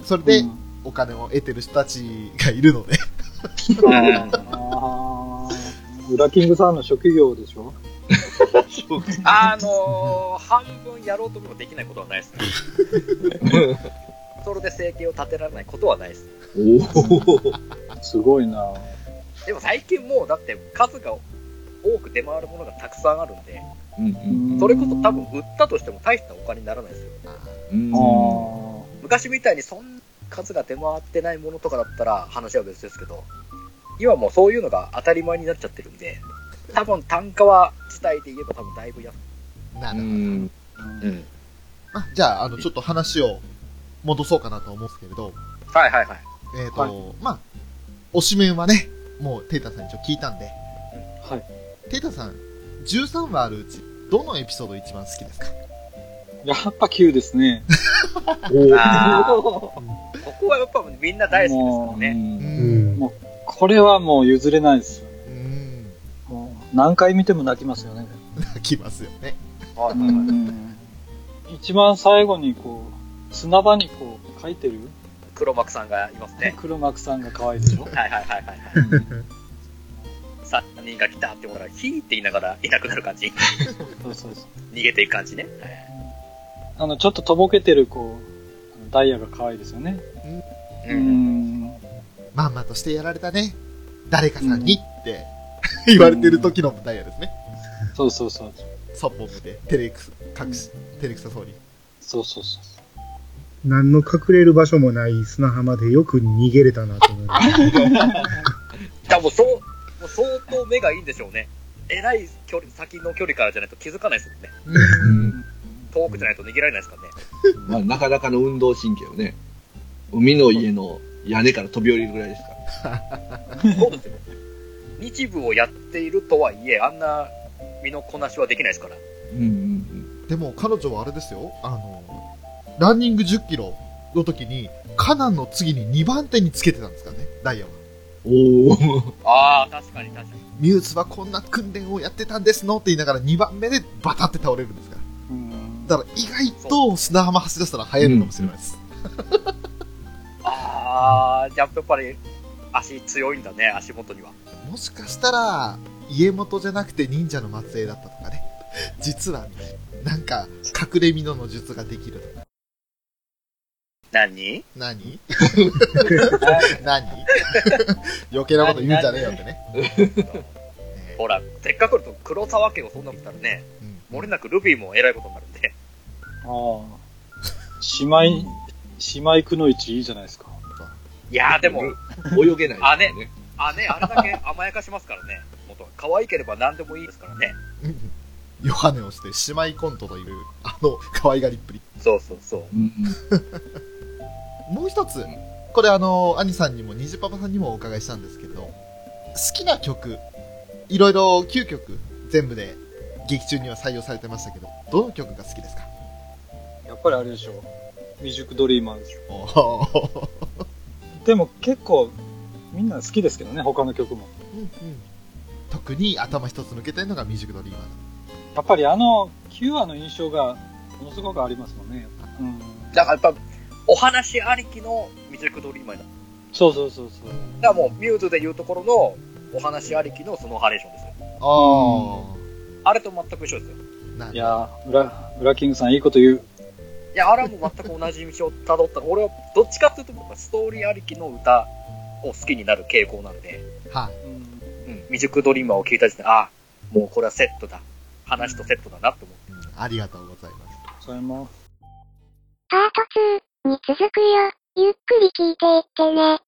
S5: それで
S9: うん
S5: お金を得てる人たちがいるので、
S9: あー ウラキングさんの職業でしょ
S3: あのー、半分やろうともできないことはな いですね。それで生計を立てられないことはないです。
S2: おお。
S9: すごいな
S3: でも最近もうだって数が多く出回るものがたくさんあるんで、
S2: うんうん
S3: それこそ多分売ったとしても大したお金にならないですよ。
S2: うん
S9: あ
S3: 昔みたいにそんな数が出回ってないものとかだったら話は別ですけど、今もうそういうのが当たり前になっちゃってるんで、多分単価は自体で言えば多分だいぶ安い。
S5: な
S2: う
S5: るほど。
S2: ん
S3: うん。
S5: あじゃあ、あの、ちょっと話を戻そうかなと思うんですけれど、
S3: はいはいはい。
S5: えっ、と、
S9: は
S5: まあ、推しメンはね、もうテイタさんに一応聞いたんで、
S9: あはい
S5: テイタさん、13話あるうち、どのエピソード一番好きですか
S9: やっぱ9ですね
S3: あーこ こはやっぱみんな大好きですからね。
S5: う。
S1: うんん。
S9: これはもう譲れないですよね
S5: うん。
S9: もう何回見ても泣きますよね
S5: 泣きますよね。
S3: はいはいはい
S9: 一番最後にこう砂場にこう書いてる
S3: 黒幕さんがいますね。
S9: 黒幕さんが可愛いでしょ
S3: はいはいはいはいはい。3人が来たって思ったら、ヒーって言いながらいなくなる感じ。
S9: そうそうそう
S3: 逃げていく感じね。
S9: あのちょっととぼけてるこうダイヤが可愛いですよね
S3: う。
S9: うんん
S5: まんまとしてやられたね。誰かさんにって、 言われてる時のダイヤですね。
S9: そうそうそう
S5: サ本目で、照れくす、隠し、照れくさそうに。
S9: そうそうそう
S1: 何の隠れる場所もない砂浜でよく逃げれたなと思います。
S3: 多分そう、もう相当目がいいんでしょうね。えらい距離、先の距離からじゃないと気づかないですもんね。
S2: うん
S3: 遠くじゃないと逃げられないですからね。
S2: まあ、なかなかの運動神経をね、海の家の屋根から飛び降りるぐらいですから。
S3: そうですよ。日舞をやっているとはいえ、あんな身のこなしはできないですから。
S2: うんうん
S5: でも、彼女はあれですよ、あの、ランニング10キロの時に、カナンの次に2番手につけてたんですからね、ダイヤは。
S2: おお。
S3: ああ、確かに確かに。
S5: ミューズはこんな訓練をやってたんですのって言いながら2番目でバタって倒れるんですから。
S9: うん
S5: だから意外と砂浜走らせたら流行るかもしれないです。
S3: ああ、じゃあやっぱり足強いんだね、足元には。
S5: もしかしたら、家元じゃなくて忍者の末裔だったとかね。 実は、なんか、隠れ蓑の術ができるとか。
S3: 何
S5: 何 何 余計なこと言うんじゃねえよってね。ね
S3: ほら、せっかくの黒沢家をそんなこと言ったらね、
S5: うん
S3: 漏れなくルビーも偉いことになるんで。
S9: ああ。姉妹、姉妹くのいちいいじゃないですか。
S3: いやーでも、
S2: 泳げない。
S3: あね。あね、あれだけ甘やかしますからね。元可愛ければ何でもいいですからね。
S5: うんヨハネをして姉妹コントという、あの、可愛がりっぷり。
S3: そうそうそう。
S2: うん。
S5: もう一つ、これあの、兄さんにも、虹パパさんにもお伺いしたんですけど、好きな曲、いろいろ9曲、全部で、劇中には採用されてましたけど、どの曲が好きですか
S9: やっぱりあれでしょ。未熟ドリーマーでしょ。
S5: おー
S9: でも結構、みんな好きですけどね、他の曲も。
S5: うんうん特に頭一つ抜けてるのが未熟ドリーマーだ
S9: やっぱりあの、9話の印象が、ものすごくありますもんね。うん。
S3: だからやっぱ、お話ありきの未熟ドリーマーだ。
S9: そうそうそうそう。
S3: だからもう、ミューズでいうところのお話ありきのそのハレーションですよ。
S5: あ
S3: あれと全く一緒ですよ。
S5: あ、ない
S9: やー、裏、裏キングさんいいこと言う。
S3: いや、あれはもう全く同じ道をたどった。俺はどっちかっていうと、ストーリーありきの歌を好きになる傾向なので、
S5: はい、
S9: うん。
S3: うん、未熟ドリーマーを聞いた時点で、ああ、もうこれはセットだ。話とセットだなって思って。
S5: うんありがとうございます。
S9: それも、
S6: パート2に続くよ。ゆっくり聞いていってね。